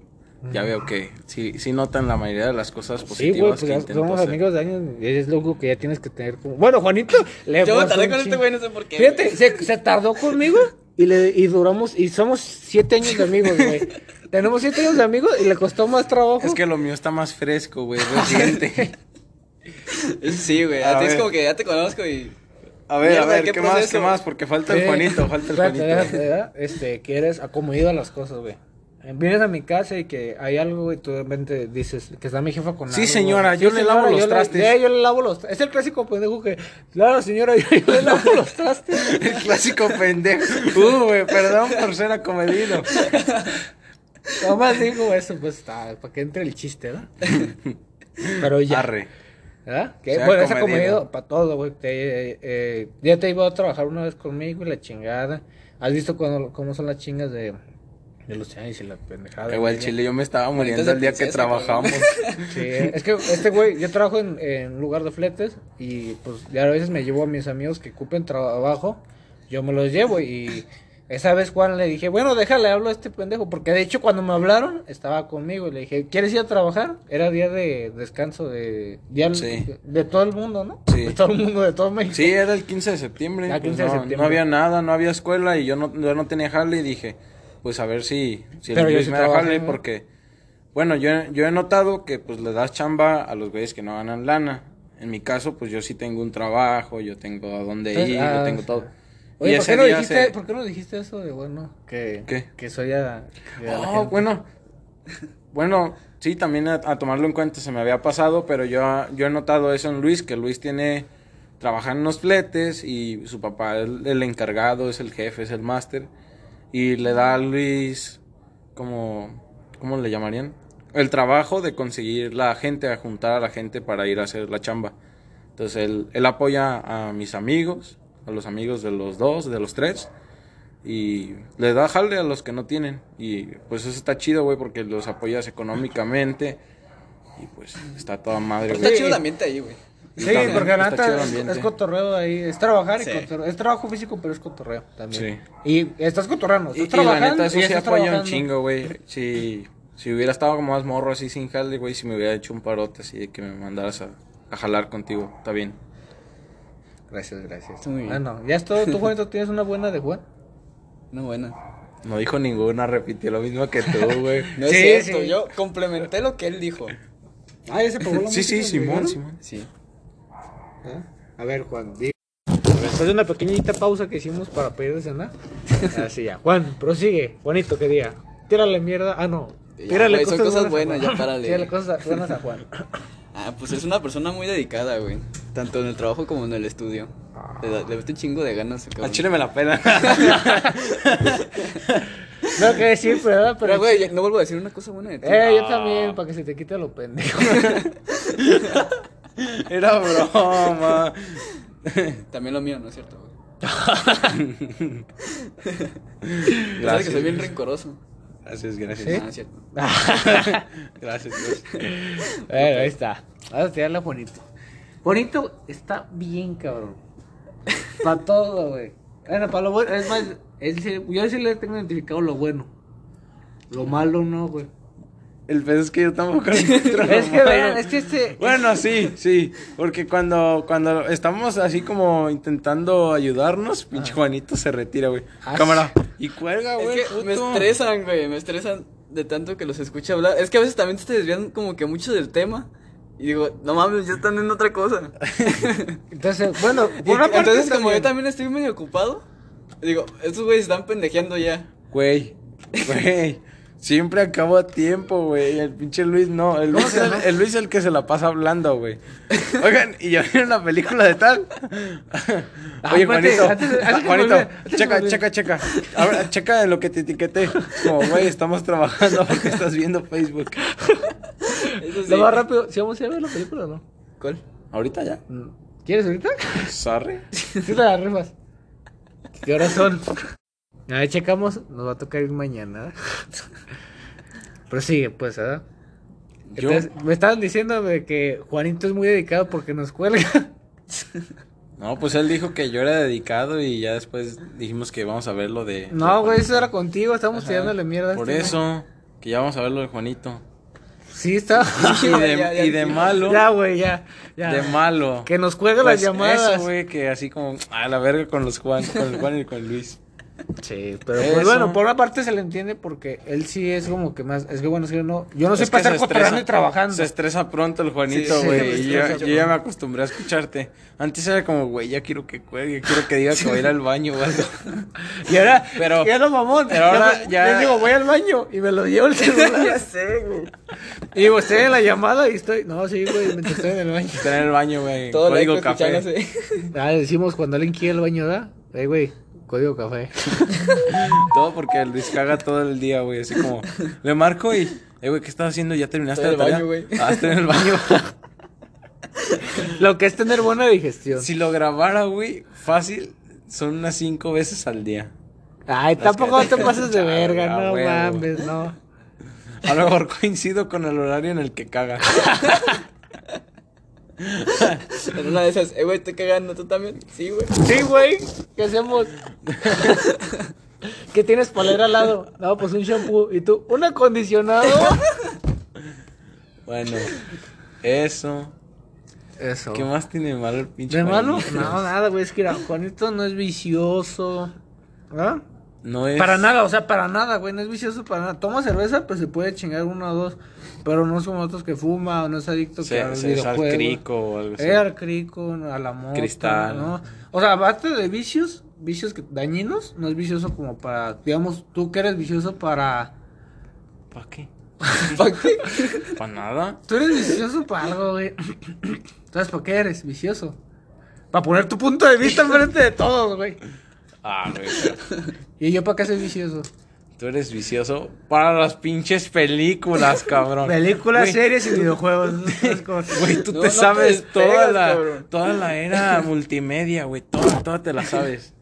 Ya veo que sí, sí notan la mayoría de las cosas Sí, güey, positivas pues ya que somos intento hacer. amigos de años. y Es loco que ya tienes que tener como. Bueno, Juanito, le Yo me forzó tardé un con este chingo. güey, no sé por qué. Fíjate, güey. se, se tardó conmigo y, le, y duramos. Y somos siete años de amigos, güey. Tenemos siete años de amigos y le costó más trabajo. Es que lo mío está más fresco, güey, es reciente. Eso Sí, güey. A A ti es ver. como que ya te conozco y. A ver, Mierda, a ver, ¿qué, ¿qué más, proceso? qué más? Porque falta Sí. el Juanito, falta el Espérate, déjate, Juanito. ¿verdad? Este, que eres acomodido a las cosas, güey. Eh, Vienes a mi casa y que hay algo y tú de repente dices que está mi jefa con Sí, algo, señora, güey. yo le lavo los yo le- trastes. ya, yo le lavo los trastes. Es el clásico pendejo que, claro, señora, yo, yo le lavo los trastes. El clásico pendejo. Uh, güey, perdón por ser acomedido. Nomás digo eso, pues, está, para que entre el chiste, ¿verdad? Pero ya. Arre. ¿Verdad? Que, Sea bueno, es comedido. acomedido para todo, güey. Te- eh, eh, ya te iba a trabajar una vez conmigo y la chingada. ¿Has visto cuando, cómo son las chingas de, de los años y la pendejada? Igual el güey? chile, yo me estaba muriendo Entonces, el día que princesa, cabrón. trabajamos. Sí, es que este güey, yo trabajo en, en un lugar de fletes y pues ya a veces me llevo a mis amigos que ocupen trabajo, yo me los llevo y esa vez Juan le dije, bueno, déjale, hablo a este pendejo, porque de hecho cuando me hablaron estaba conmigo y le dije, ¿quieres ir a trabajar? Era día de descanso de, día Sí. de todo el mundo, ¿no? Sí. De todo el mundo, de todo México. Sí, era el 15 de septiembre. Ah, pues 15 de no, septiembre. no había nada, no había escuela y yo no, yo no tenía jale y dije, pues a ver si, si el Pero yo Luis sí me da trabajé, jale ¿no? porque, bueno, yo, he- yo he notado que pues le das chamba a los güeyes que no ganan lana. En mi caso, pues yo sí tengo un trabajo, yo tengo a dónde Entonces, ir, ah, yo tengo todo. Oye, Y ¿por ese qué, no día dijiste, se- ¿por qué no dijiste eso de, bueno, que, ¿Qué? que soy a... que a la Oh, gente? bueno. Bueno, sí, también a, a tomarlo en cuenta se me había pasado, pero yo, yo he notado eso en Luis, que Luis tiene, trabaja en unos fletes y su papá es el, el encargado, es el jefe, es el máster, y le da a Luis como, ¿cómo le llamarían? El trabajo de conseguir la gente, a juntar a la gente para ir a hacer la chamba. Entonces él, él apoya a mis amigos, a los amigos de los dos, de los tres, y le da jale a los que no tienen. Y pues eso está chido, güey, porque los apoyas económicamente. Y pues está toda madre, Pero está güey. chido el ambiente ahí, güey. Sí, Y también porque está la chido neta el es, ambiente. es cotorreo ahí, es trabajar y Sí. cotorreo, es trabajo físico, pero es cotorreo también. Sí. Y estás cotorreando, Y, estás y la trabajando. neta, eso y sí estás apoya un trabajando. chingo, güey. Si, si hubiera estado como más morro así sin jale, güey, si me hubiera hecho un parote así de que me mandaras a, a jalar contigo, está bien. Gracias, gracias. Muy bien. Bueno, ya es todo, tú Juanito tienes una buena de Juan. No, buena. No dijo ninguna, repitió lo mismo que tú, güey. No es Sí, cierto, sí. yo complementé lo que él dijo. Ah, ya se probó sí, sí, Simón, Simón. Sí. Ah, A ver, Juan, di- Después de una pequeñita pausa que hicimos para pedir de cenar. Así ya. Juan, prosigue. Juanito, que día. Tírale mierda. Ah, no. Ya, Tírale güey, son cosas a buenas, ya Juan. párale. Tírale cosas buenas a Juan. Ah, pues es una persona muy dedicada, güey. Tanto en el trabajo como en el estudio. Le, da- le mete un chingo de ganas. Al cabrón. chile me la pela. No que decir, pero, ¿verdad? Pero, güey, ya- no vuelvo a decir una cosa buena de ti. Eh, yo también, para que se te quite lo pendejo. Era broma. También lo mío, ¿no es cierto, güey? Tú Sabes que Gracias, soy bien rencoroso. Gracias, gracias. ¿Sí? Ah, es cierto. Gracias, gracias. Bueno, ahí está. Vamos a tirarla bonito. Bonito está bien, cabrón. Para todo, güey. Bueno, para lo bueno. Es más, él sí- yo sí le tengo identificado lo bueno. Lo malo no, güey. El pedo es que yo tampoco encuentro lo Es que, malo. vean, es que este. Bueno, sí, sí, porque cuando, cuando estamos así como intentando ayudarnos, pinche Juanito se retira, güey. Ah, Cámara. Y cuelga, Es Ah, güey. que me puto. estresan, güey. Me estresan de tanto que los escucho hablar. Es que a veces también te desvían como que mucho del tema. Y digo, no mames, ya están en otra cosa. Entonces, bueno, Y por una parte entonces, como también- yo también estoy medio ocupado, digo, estos güeyes están pendejeando ya. Güey, güey. Siempre acabo a tiempo, güey. El pinche Luis no. El ¿Cómo Luis, se el, llama? el Luis es el que se la pasa hablando, güey. Oigan, y yo vi una película de tal. Ah, Oye, espérate, Juanito. antes- antes que me Juanito, olvide, antes que me checa, olvide. checa, checa. Ahora, checa de lo que te etiqueté. Como, güey, estamos trabajando porque estás viendo Facebook. Eso sí. Lo más rápido, ¿sí vamos a ir a ver la película o no? ¿Cuál? ¿Ahorita ya? ¿Quieres ahorita? ¿Sarre? Sí, te las rifas. ¿Qué horas son? A ver, checamos. Nos va a tocar ir mañana. Pero sigue, pues, ¿verdad? Yo- Entonces, me estaban diciendo de que Juanito es muy dedicado porque nos cuelga. No, pues él dijo que yo era dedicado y ya después dijimos que vamos a ver lo de... No, güey, eso era contigo. Estamos Ajá. tirándole mierda. a Por este, ¿no? eso, que ya vamos a ver lo de Juanito. Sí, está. Y de, ya, ya, y de ya. malo, ya, güey, ya. ya. de malo. Que nos cuelga Pues las llamadas. Eso, güey, que así como a la verga con los Juan, con el Juan y con Luis. Sí, pero pues, Eso. bueno, por una parte se le entiende porque él sí es como que más. Es que bueno, es que no. Yo no sé Es que para se estar cotorreando estresa- y trabajando. Se estresa pronto el Sí, Juanito, sí, güey. se y yo, estresa yo ya pronto. me acostumbré a escucharte. Antes era como, güey, ya quiero que cuelgue, quiero que diga que voy a ir al baño o algo. Y ahora, Pero- ya no mamón. pero ahora yo, ya- digo, voy al baño y me lo llevo el celular. y digo, estoy en la llamada y estoy. No, sí, güey, mientras estoy en el baño. Estar en el baño, güey. Todo el Código eco café. escuchándose. Ah, decimos cuando alguien quiere el baño, ¿verdad? Eh, güey, código café. Todo porque el Luis caga todo el día, güey. Así como, le marco y, eh, güey, ¿qué estás haciendo? ¿Ya terminaste Estoy la en tarea? el baño, güey. Ah, estoy en el baño. Lo que es tener buena digestión. si lo grabara, güey, fácil, son unas cinco veces al día. Ay, tampoco Las que- te pases de Ah, verga, ah, no huevo. mames, no. A lo mejor coincido con el horario en el que caga. En una de esas, eh, güey, estoy cagando, ¿tú también? Sí, güey. Sí, güey, ¿qué hacemos? ¿Qué tienes para leer al lado? No, pues un shampoo. ¿Y tú? ¿Un acondicionado? Bueno, eso. Eso. ¿Qué más tiene de malo el pinche ¿De malo? Juanito? No, nada, güey, es que mira, Juanito no es vicioso. ¿Ah? No es. Para nada, o sea, para nada, güey, no es vicioso para nada. Toma cerveza, pues se puede chingar uno o dos, pero no es como otros que fuma o no es adicto que Se, al se es al videojuego. crico o algo así. Eh, al crico, a la mota, Cristal. ¿no? O sea, aparte de vicios, vicios que- dañinos, no es vicioso como para, digamos, tú que eres vicioso para... ¿Para qué? ¿Para qué? ¿Para nada? Tú eres vicioso para algo, güey. ¿Sabes por qué eres vicioso? Para poner tu punto de vista enfrente de todos, güey. Ah, güey. pero ¿Y yo para qué soy vicioso? Tú eres vicioso para las pinches películas, cabrón. Películas, Güey, series y videojuegos. esas cosas. Güey, tú No, te no te sabes despegas, toda la cabrón. toda la era multimedia, güey. Toda, toda te la sabes.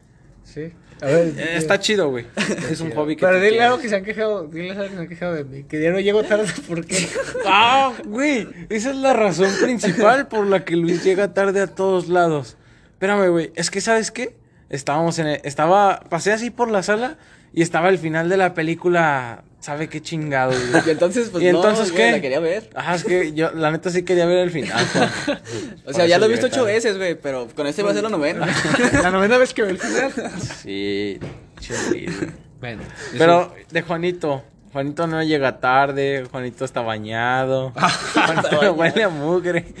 Sí. A ver. Eh, Está chido, güey. Es un hobby que Pero tú dile tienes. algo que se han quejado, dile algo que se han quejado de mí, que ya no llego tarde porque... Ah, güey, esa es la razón principal por la que Luis llega tarde a todos lados. Espérame, güey, es que ¿sabes qué? Estábamos en el- estaba pasé así por la sala y estaba el final de la película, sabe qué chingado, güey. Y entonces, pues ¿Y no, entonces güey, qué? la quería ver. Ajá, es que yo la neta sí quería ver el final. Juan. O Por sea, ya eso lo llegué he visto ocho tarde. veces, güey, pero con este va a ser la novena. La novena vez que ve el final. Sí, chido. Bueno. Pero de Juanito, Juanito no llega tarde, Juanito está bañado, Ah, Juanito huele a mugre.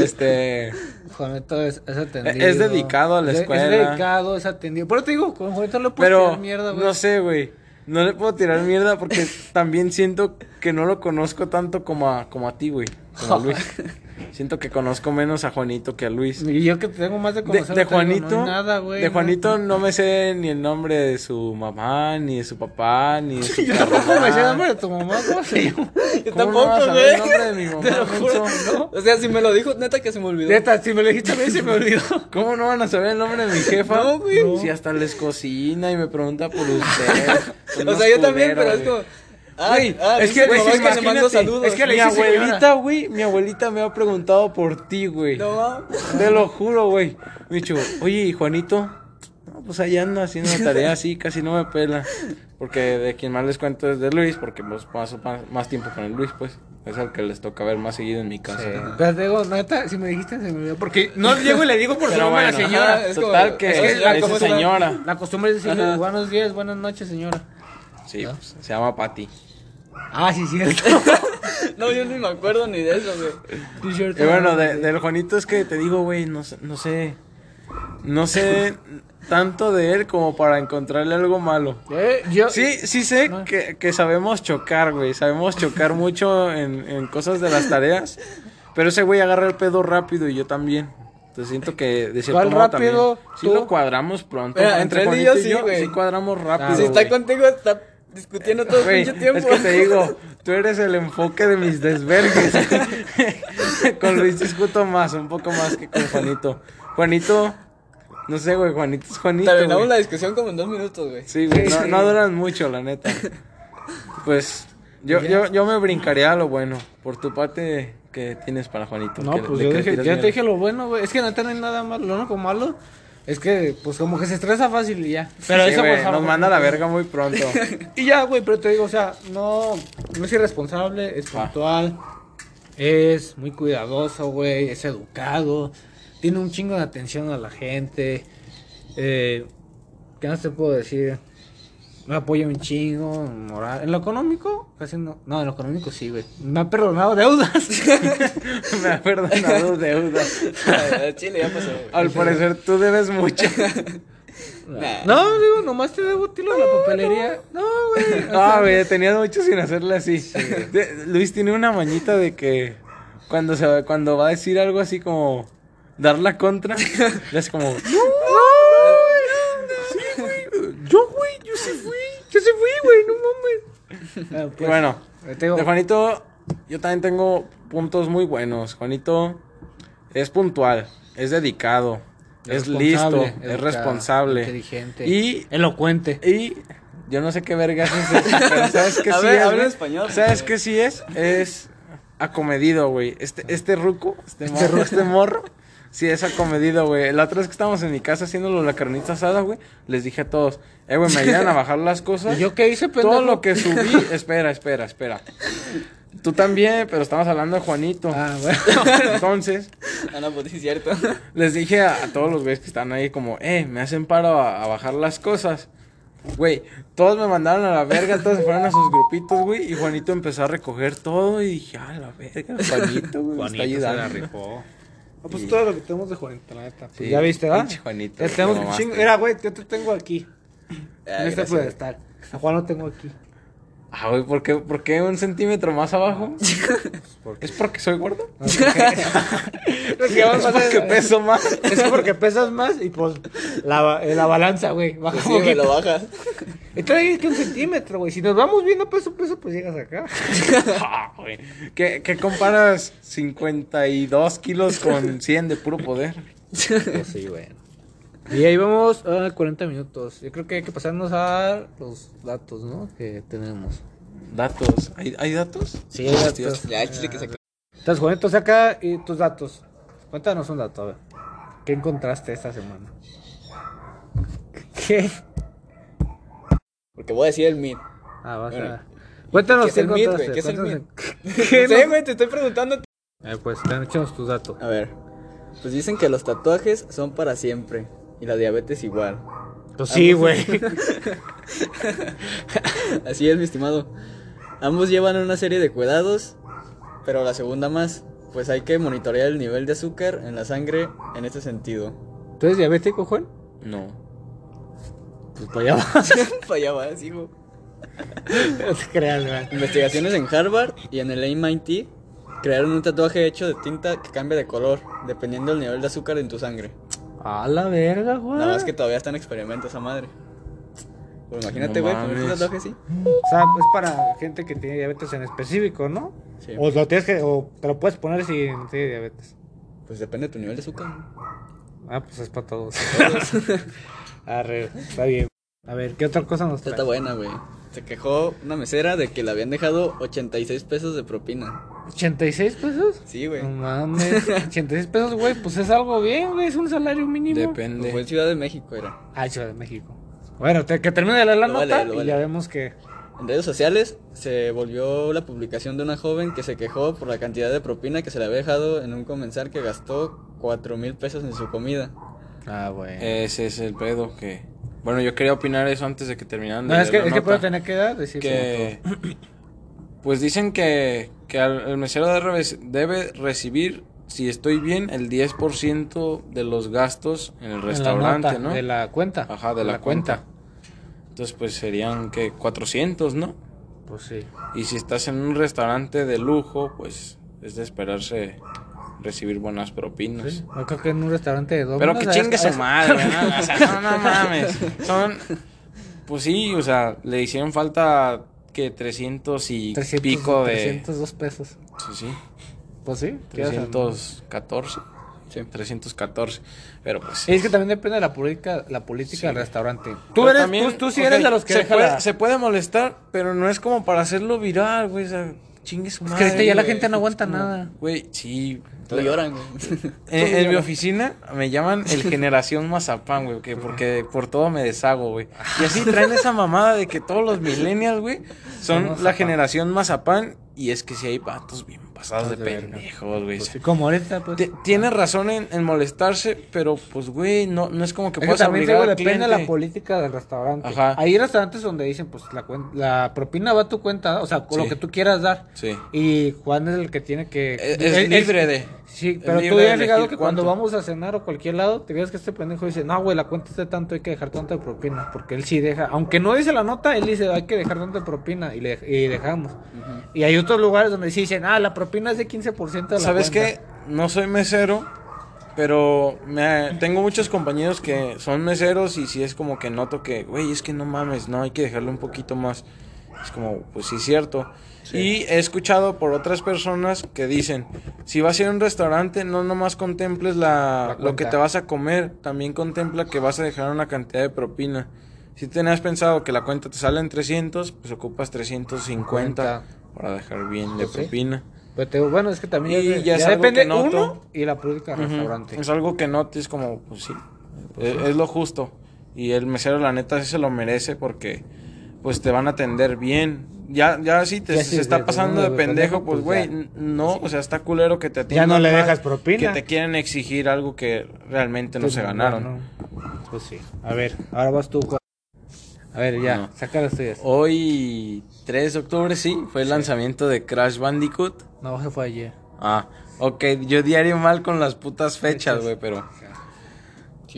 Este, Juanito es, es atendido. Es dedicado a la Es- escuela. Es dedicado, es atendido. Pero te digo, con Juanito no le puedes Pero tirar mierda, güey. no sé, güey. No le puedo tirar mierda porque también siento que no lo conozco tanto como a, como a ti, güey. Como a Luis. siento que conozco menos a Juanito que a Luis. Y yo que tengo más de De, conocer. de no tengo, Juanito, no hay nada, güey. de no. Juanito no me sé ni el nombre de su mamá, ni de su papá, ni de su Yo tampoco me sé el carnal. nombre de tu mamá, ¿cómo se llama? Yo ¿Cómo no vas tampoco, a ver güey. el nombre de mi mamá, Te lo juro. menso? O sea, si me lo dijo, neta que se me olvidó. Neta, si me lo dijiste a mí se me olvidó. Ah, ¿Cómo no van a saber el nombre de mi jefa? No, güey. No. Si hasta les cocina y me pregunta por usted. O sea, yo también, pero es como. Ay, Güey, ah, es que, dice mi es mamá que que le mando imagínate, saludos. es que mi dice señora. abuelita, güey, mi abuelita me ha preguntado por ti, güey. No, ma. Te lo juro, güey. Me ha dicho, oye, ¿y Juanito, no, pues ahí anda haciendo la tarea así, casi no me pela. Porque de quien más les cuento es de Luis, porque pues, paso pa- más tiempo con el Luis, pues. Es al que les toca ver más seguido en mi casa. Pero te digo, neta, si me dijiste se me olvidó. Porque no llego y le digo por su Pero nombre a la bueno, señora. ajá, es como- total que es que es, la- le dice ¿cómo se llama? señora. La costumbre es decirle Ajá. buenos días, buenas noches, señora. Sí, pues, se llama Patty. Ah, sí, cierto. No, yo ni me acuerdo ni de eso, güey. Y bueno, de- del Juanito es que te digo, güey, no, sé- no sé. No sé tanto de él como para encontrarle algo malo. Eh, yo, Sí, sí sé que, que sabemos chocar, güey. Sabemos chocar mucho en, en cosas de las tareas. Pero ese güey agarra el pedo rápido y yo también. Entonces siento que de cierto ¿Cuál modo también. rápido? Sí ¿Tú? lo cuadramos pronto. Mira, entre él y yo Juanito sí, güey. Sí cuadramos rápido. Si güey. está contigo, está discutiendo todo el Güey, pinche tiempo. Es que te digo, Tú eres el enfoque de mis desvergues. con Luis discuto más, un poco más que con Juanito. Juanito, no sé, güey, Juanito es Juanito. Terminamos güey. la discusión como en dos minutos, güey. Sí, güey, no, no duran mucho, la neta. Pues yo, yo, yo me brincaría a lo bueno. Por tu parte, ¿qué tienes para Juanito? No, ¿Qué- pues de yo qué le dije, tiras ya te mierda? dije lo bueno, güey. Es que no tiene nada malo, lo único malo es que, pues, como que se estresa fácil y ya. Pero Sí, eso, güey, pues, a lo nos mejor- manda a la verga muy pronto. Y ya, güey, pero te digo, o sea, no, no es irresponsable, es Ah. puntual, es muy cuidadoso, güey, es educado, tiene un chingo de atención a la gente, eh, ¿qué más te puedo decir? Me apoya un chingo, moral. En lo económico, casi no. No, en lo económico sí, güey. Me ha perdonado deudas. me ha perdonado deudas. Al Chile ya pasó, güey. Al parecer tú debes mucho. Nah. No, digo, nomás te debo tiro a la papelería. No, güey. Ah, güey, tenías mucho sin hacerle así. De- Luis tiene una mañita de que cuando se va- cuando va a decir algo así como dar la contra, le hace como "No, güey, sí, güey, Yo, güey, yo sí fui. Yo sí fui, güey, no mames. Ah, pues, bueno, te digo, de Juanito yo también tengo puntos muy buenos. Juanito es puntual, es dedicado, es listo, responsable, es educado, responsable, Inteligente. y elocuente. y yo no sé qué vergas es eso, pero ¿sabes qué A sí ver, es? habla güey? español, ¿Sabes güey. qué sí es? Es acomedido, güey. Este, este ruco, este morro, este morro, sí es acomedido, güey. La otra vez que estábamos en mi casa haciéndolo la carnita asada, güey, les dije a todos, eh, güey, me ayudan a bajar las cosas. ¿Y yo qué hice, pendejo? Todo lo que subí, espera, espera, espera. Tú también, pero estamos hablando de Juanito. Ah, bueno. Entonces, Ah, no, pues sí, cierto. les dije a, a todos los güeyes que están ahí como, eh, me hacen paro a, a bajar las cosas. Güey, todos me mandaron a la verga, todos se fueron a sus grupitos, güey, y Juanito empezó a recoger todo y dije, ah, la verga, Juanito, güey, me está ayudando. Ah, pues todo lo que tenemos de Juanito, la neta. Pues Sí, ya viste, Este, ¿verdad? pinche Juanito, Ya güey, tenemos lo un mamaste. chingo. Mira, güey, yo te tengo aquí. Ah, en este gracias, güey. pedestal. A Juan lo tengo aquí. Ah, güey, ¿por qué, ¿por qué un centímetro más Ah, abajo? ¿Es porque soy gordo? ¿Es porque peso más? Es porque pesas más y pues la, eh, la balanza, güey. Baja Pues un sí, güey, lo poquito. baja. Entonces ahí es que un centímetro, güey. Si nos vamos viendo peso a peso, pues llegas acá. Ah, güey. ¿Qué, ¿Qué comparas 52 kilos con 100 de puro poder? sí, güey. Y ahí vamos a 40 minutos. Yo creo que hay que pasarnos a los datos, ¿no? Que tenemos. Datos. ¿Hay, hay datos? Sí, hay datos. Dios, Pues, ya, el chile que se Entonces, Juanito, saca eh, tus datos. Cuéntanos un dato, a ver. ¿Qué encontraste esta semana? ¿Qué? Porque voy a decir el mid. Ah, vas Bueno. a... Cuéntanos ¿Qué es el mid, güey? ¿Qué es el cuéntanos No ¿Qué sé, no- güey, te estoy preguntando. Eh, pues, ten- échanos tus datos. A ver. Pues dicen que los tatuajes son para siempre. Y la diabetes igual. Pues sí, güey. Así es, mi estimado. Ambos llevan una serie de cuidados, pero la segunda más, pues hay que monitorear el nivel de azúcar en la sangre en este sentido. ¿Tú eres diabético, Juan? No. Pues para allá vas. Para Pues allá vas, hijo. No te creas, güey. Investigaciones en Harvard y en el MIT crearon un tatuaje hecho de tinta que cambia de color dependiendo del nivel de azúcar en tu sangre. A la verga, Juan. Nada más que todavía están experimentando esa madre. Pues imagínate, Ah. No güey, ponerse un mames. tatuaje así. O sea, es para gente que tiene diabetes en específico, ¿no? Sí. O, lo tienes que, o te lo puedes poner si no tiene diabetes. Pues depende de tu nivel de azúcar. Ah, pues es para todos. Arre, está bien. A ver, ¿qué otra cosa nos Esta trae? está buena, güey. Se quejó una mesera de que le habían dejado 86 pesos de propina. ¿86 pesos? Sí, güey. No mames. 86 pesos, güey, pues es algo bien, güey. Es un salario mínimo. Depende. Fue en Ciudad de México, era. Ah, Ciudad de México. Bueno, te- que termine de leer la Lo nota vale, lo y vale. ya vemos que. En redes sociales se volvió la publicación de una joven que se quejó por la cantidad de propina que se le había dejado en un comensal que gastó 4 mil pesos en su comida. Ah, güey. Ese es el pedo que... Bueno, yo quería opinar eso antes de que terminaran de no, es que, leer la es que nota, puedo tener que edad, decir que- Pues dicen que, que al- el mesero debe, re- debe recibir, si estoy bien, el 10% de los gastos en el restaurante, ¿no? De la cuenta. Ajá, de la, cuenta. Entonces, pues serían, que 400, ¿no? Pues sí. Y si estás en un restaurante de lujo, pues es de esperarse recibir buenas propinas. Sí, Pues, Yo creo que en un restaurante de Pero Domino's, que a- chingue a- su madre, ¿no? O sea, no, no mames. Son. Pues sí, o sea, le hicieron falta que 300 y 300, pico de... 302 pesos. Sí, sí. Pues sí. ¿qué vas a- 314. Sí. 314. Pero pues... Es que también depende de la política, la política del restaurante. Tú Pero eres, también, tú, tú sí ok, eres de los que se deja puede, la- se puede molestar, pero no es como para hacerlo viral, güey. O sea, chingue su Es madre. que ahorita ya la güey. gente no aguanta Como, nada. Güey, sí. Todos lloran, güey. Eh, En, en mi oficina me llaman el generación mazapán, güey, que porque por todo me deshago, güey. Y así traen esa mamada de que todos los millennials, güey, Son son la mazapán. generación mazapán. Y es que si hay patos bien pasados de De verga. pendejos, güey. Pues sí, Como ahorita, pues. T- Tienes razón en, en molestarse, pero pues, güey, no, no es como que Es que puedas también obligar digo, al depende de la cliente. política del restaurante. Ajá. Hay restaurantes donde dicen, pues la, cuen- la propina va a tu cuenta, o sea, con lo Sí. que tú quieras dar. Sí. Y Juan es el que tiene que. Es, es libre de. Sí, es pero tú libre de ya has llegado que elegir cuando cuánto. vamos a cenar o cualquier lado, te veas que este pendejo dice, no, güey, la cuenta está tanto, hay que dejar tanta propina. Porque él sí deja, aunque no dice la nota, él dice, hay que dejar tanta propina y, le, y dejamos. Y hay otros lugares donde sí dicen, ah, la propina es de 15% de la cuenta. ¿Sabes qué? No soy mesero, pero me- tengo muchos compañeros que son meseros y si es como que noto que, güey, es que no mames, no, hay que dejarle un poquito más. Es como, pues sí, es cierto. Y he escuchado por otras personas que dicen, si vas a ir a un restaurante, no nomás contemples la, La lo que cuenta. te vas a comer, también contempla que vas a dejar una cantidad de propina. Si tenías pensado que la cuenta te sale en 300, pues ocupas 350 para dejar bien de Pues sí. propina. Pero te digo, bueno, es que también Y es- ya ya, es algo depende que noto. uno y la política del Ujú. restaurante. Es algo que notes como, pues sí, es, es lo justo. Y el mesero, la neta, sí se lo merece porque, pues, te van a atender bien. Ya, ya sí, te Ya se sí, está de- de pasando uno de de pendejo, pendejo, pues, güey, pues, ya. n- no, o sea, está culero que te Ya atiendan no le mal, dejas propina. Que te quieren exigir algo que realmente Este Pues no se ganaron. Bueno, Pues sí. A ver, ahora vas tú, Juan. A ver, ya, No. saca las tuyas. Hoy, 3 de octubre, sí, fue el lanzamiento de Crash Bandicoot. No, se fue ayer. Ah, ok, yo diario mal con las putas fechas, güey, pero...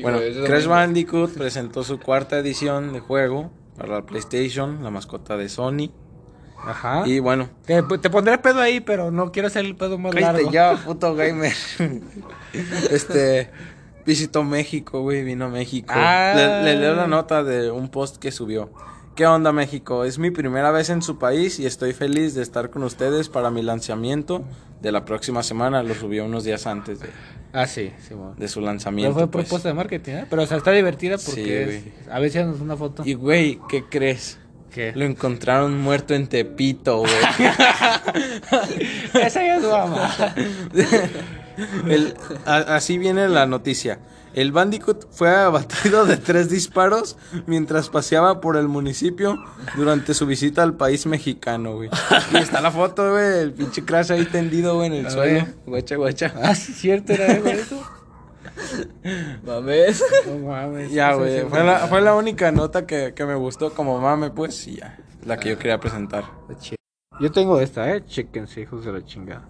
bueno, Crash Bandicoot presentó su cuarta edición de juego para la PlayStation, la mascota de Sony. Ajá. Y bueno, Te, te pondré el pedo ahí, pero no quiero hacer el pedo más largo. cállate ya, puto gamer. este visitó México, güey, vino a México. Ah. Le, le leo la nota de un post que subió. ¿Qué onda México? Es mi primera vez en su país y estoy feliz de estar con ustedes para mi lanzamiento de la próxima semana. Lo subió unos días antes de, Ah, sí, sí, bueno. de su Pero lanzamiento. fue pues. propuesta de marketing, ¿eh? Pero, o sea, está divertida porque Sí, es- güey. a veces nos una foto. Y güey, ¿qué crees? ¿Qué? Lo encontraron muerto en Tepito, güey. Esa ya es guapa. El- a- así viene la noticia. El Bandicoot fue abatido de tres disparos mientras paseaba por el municipio durante su visita al país mexicano, güey. Y está la foto, güey, el pinche crash ahí tendido, güey, en el A suelo. ver. Guacha, guacha. ah, sí, cierto, era algo de eso. Mames. No mames. Ya, sí, güey, sí, fue sí. la, fue la única nota que, que me gustó como mame, pues, y ya. La que yo quería presentar. Yo tengo esta, eh. Chequense, hijos de la chingada.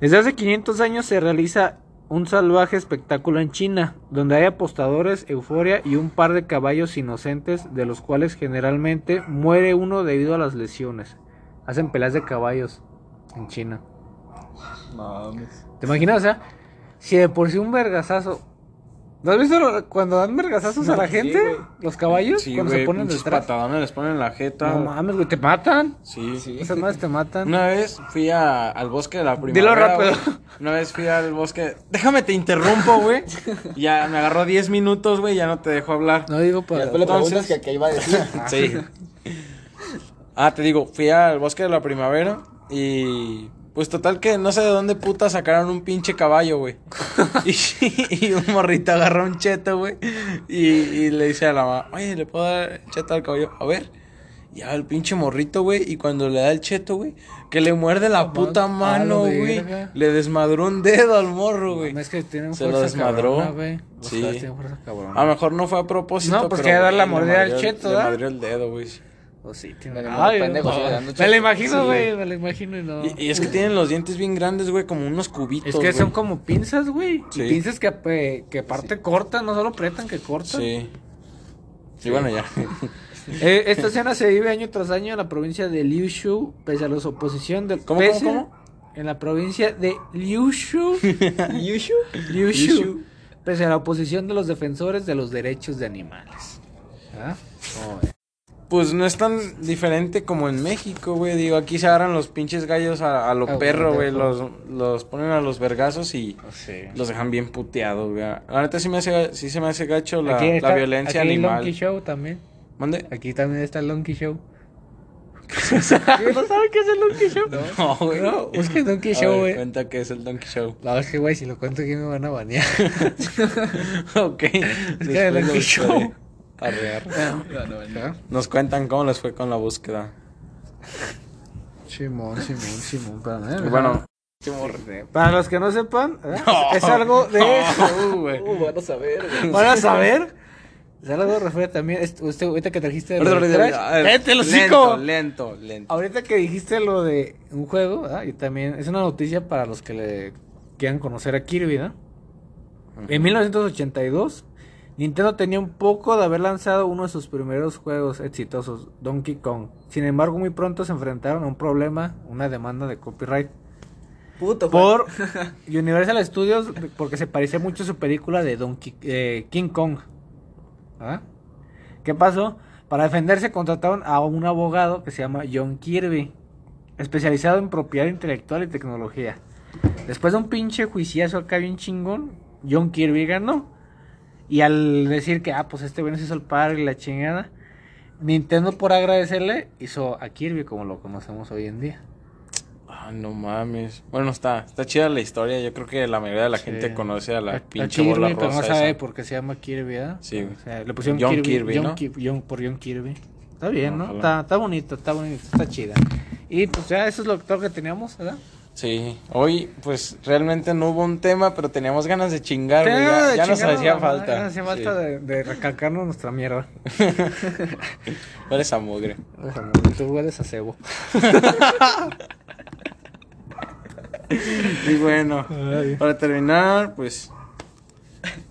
Desde hace 500 años se realiza un salvaje espectáculo en China, donde hay apostadores, euforia y un par de caballos inocentes, de los cuales generalmente muere uno debido a las lesiones. Hacen peleas de caballos en China. Mames. ¿Te imaginas? O sea, si de por sí un vergazazo. ¿No has visto lo- cuando dan vergazazos a la Sí, gente? güey. Los caballos, cuando se ponen pinches detrás. patadones les ponen en la jeta. No mames, güey, te matan. Sí. Sí. Esas madres te matan. Una vez fui a- al bosque de la primavera. rápido. güey. Una vez fui al bosque. Déjame te interrumpo, güey. Ya me agarró 10 minutos, güey. Ya no te dejo hablar. No digo para. Después le preguntas Entonces- que, que iba a decir. Sí. Ah, te digo, fui al bosque de la primavera y. Pues total que no sé de dónde puta sacaron un pinche caballo, güey. Y, y un morrito agarró un cheto, güey. Y, y le dice a la mamá, oye, ¿le puedo dar el cheto al caballo? A ver. Ya el pinche morrito, güey. Y cuando le da el cheto, güey, que le muerde la No puta mames, mano, a la güey. verga. Le desmadró un dedo al morro, güey. Es que tienen Se fuerza lo desmadró. cabrona, güey. Los Sí. Ah. caballos tienen fuerza cabrona. A lo mejor no fue a propósito. No, pues pero, quería güey, darle a le morder al madrió- cheto, Le ¿verdad? madrió el dedo, güey. O sí, tienen- Dale, Ay, no, pendejo, no. sigue dando Me chetos. lo imagino, Sí, güey. me lo imagino y no. Y, y es que tienen los dientes bien grandes, güey, como unos cubitos. es que son güey. como pinzas, güey. Sí. Y Pinzas que, eh, que parte cortan, no solo pretan, que cortan. Sí. Y bueno, ya. Eh, esta escena se vive año tras año en la provincia de Liushu, pese a la oposición del. ¿Cómo, pese- cómo, En la provincia de Liushu. ¿Yushu? Liushu, Liushu. Oh, Pese a la oposición de los defensores de los derechos de animales. ¿Ah? ¿Cómo ves? Pues no es tan diferente como en México, güey. Digo, aquí se agarran los pinches gallos a, a lo Ah, perro, güey. Los, pendejo. los ponen a los vergazos y Sí. los dejan bien puteados, güey. La neta sí, me hace, sí se me hace gacho la, Aquí la está- violencia aquí El Donkey animal. Show también. ¿Mande? Aquí también está el Donkey Show. ¿No saben qué es el Donkey Show? No, güey. No, busquen Donkey A Show, ver, güey. Cuenta que es el Donkey Show. La verdad es que, güey, si lo cuento aquí me van a banear. ok. que el Después Donkey lo Show. buscaré. Arrear. ¿Ah? Nos cuentan cómo les fue con la búsqueda. Simón, Simón, Simón, para Y bueno, Para los que no sepan, ¿verdad? es algo de eso, güey. Uh, van a saber, güey. Van a saber. Es algo referente también. es- usted, ahorita que trajiste. lo de Crash- ¡Cállate el lento, hocico! lento, lento. Ahorita que dijiste lo de un juego, ¿verdad? y también es una noticia para los que le quieran conocer a Kirby, ¿verdad? En 1982, Nintendo tenía un poco de haber lanzado uno de sus primeros juegos exitosos, Donkey Kong. Sin embargo, muy pronto se enfrentaron a un problema, una demanda de copyright Puto, por Universal Studios porque se parecía mucho a su película de Donkey eh, King Kong. ¿Ah? ¿Qué pasó? Para defenderse contrataron a un abogado que se llama John Kirby, especializado en propiedad intelectual y tecnología. Después de un pinche juiciazo acá bien chingón, John Kirby ganó. Y al decir que, ah, pues este güey nos hizo el padre y la chingada, Nintendo por agradecerle hizo a Kirby como lo conocemos hoy en día. Ah, no mames. Bueno, está, está chida la historia. Yo creo que la mayoría de la Sí. gente conoce a la A- a pinche bola Kirby, pero rosa no sabe esa. por qué se llama Kirby, ¿verdad? Sí, güey. O sea, le pusieron John Kirby, Kirby, John ¿no? pues Ki- John- por John Kirby. Está bien, ¿no? Ojalá. Está, está bonito, está bonito, está chida. Y pues ya eso es lo todo lo que teníamos, ¿verdad? Sí, hoy pues realmente no hubo un tema, pero teníamos ganas de chingar, güey. Teníamos Ya, de ya nos chingarnos, hacía ¿no? falta. Ya nos hacía falta Sí. de, de recalcarnos nuestra mierda. Por esa mugre. Tú hueles a cebo. Y bueno, para terminar, pues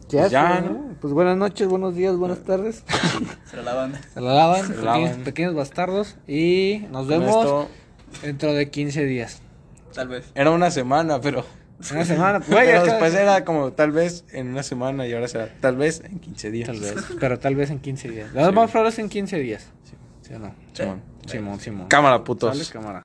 Pues ya, ¿no? Pues buenas noches, buenos días, buenas tardes. Se la lavan. Se la lavan, Se la lavan. pequeños, pequeños bastardos. Y nos con vemos esto dentro de 15 días. Tal vez. era una semana, pero, Una semana. pues, pero güey, es que- después era como tal vez en una semana y ahora será tal vez en 15 días. Tal vez, pero tal vez en 15 días. Las más probable es en 15 días. ¿Sí o no? Simón. Simón, Simón. Cámara, putos. Sale cámara.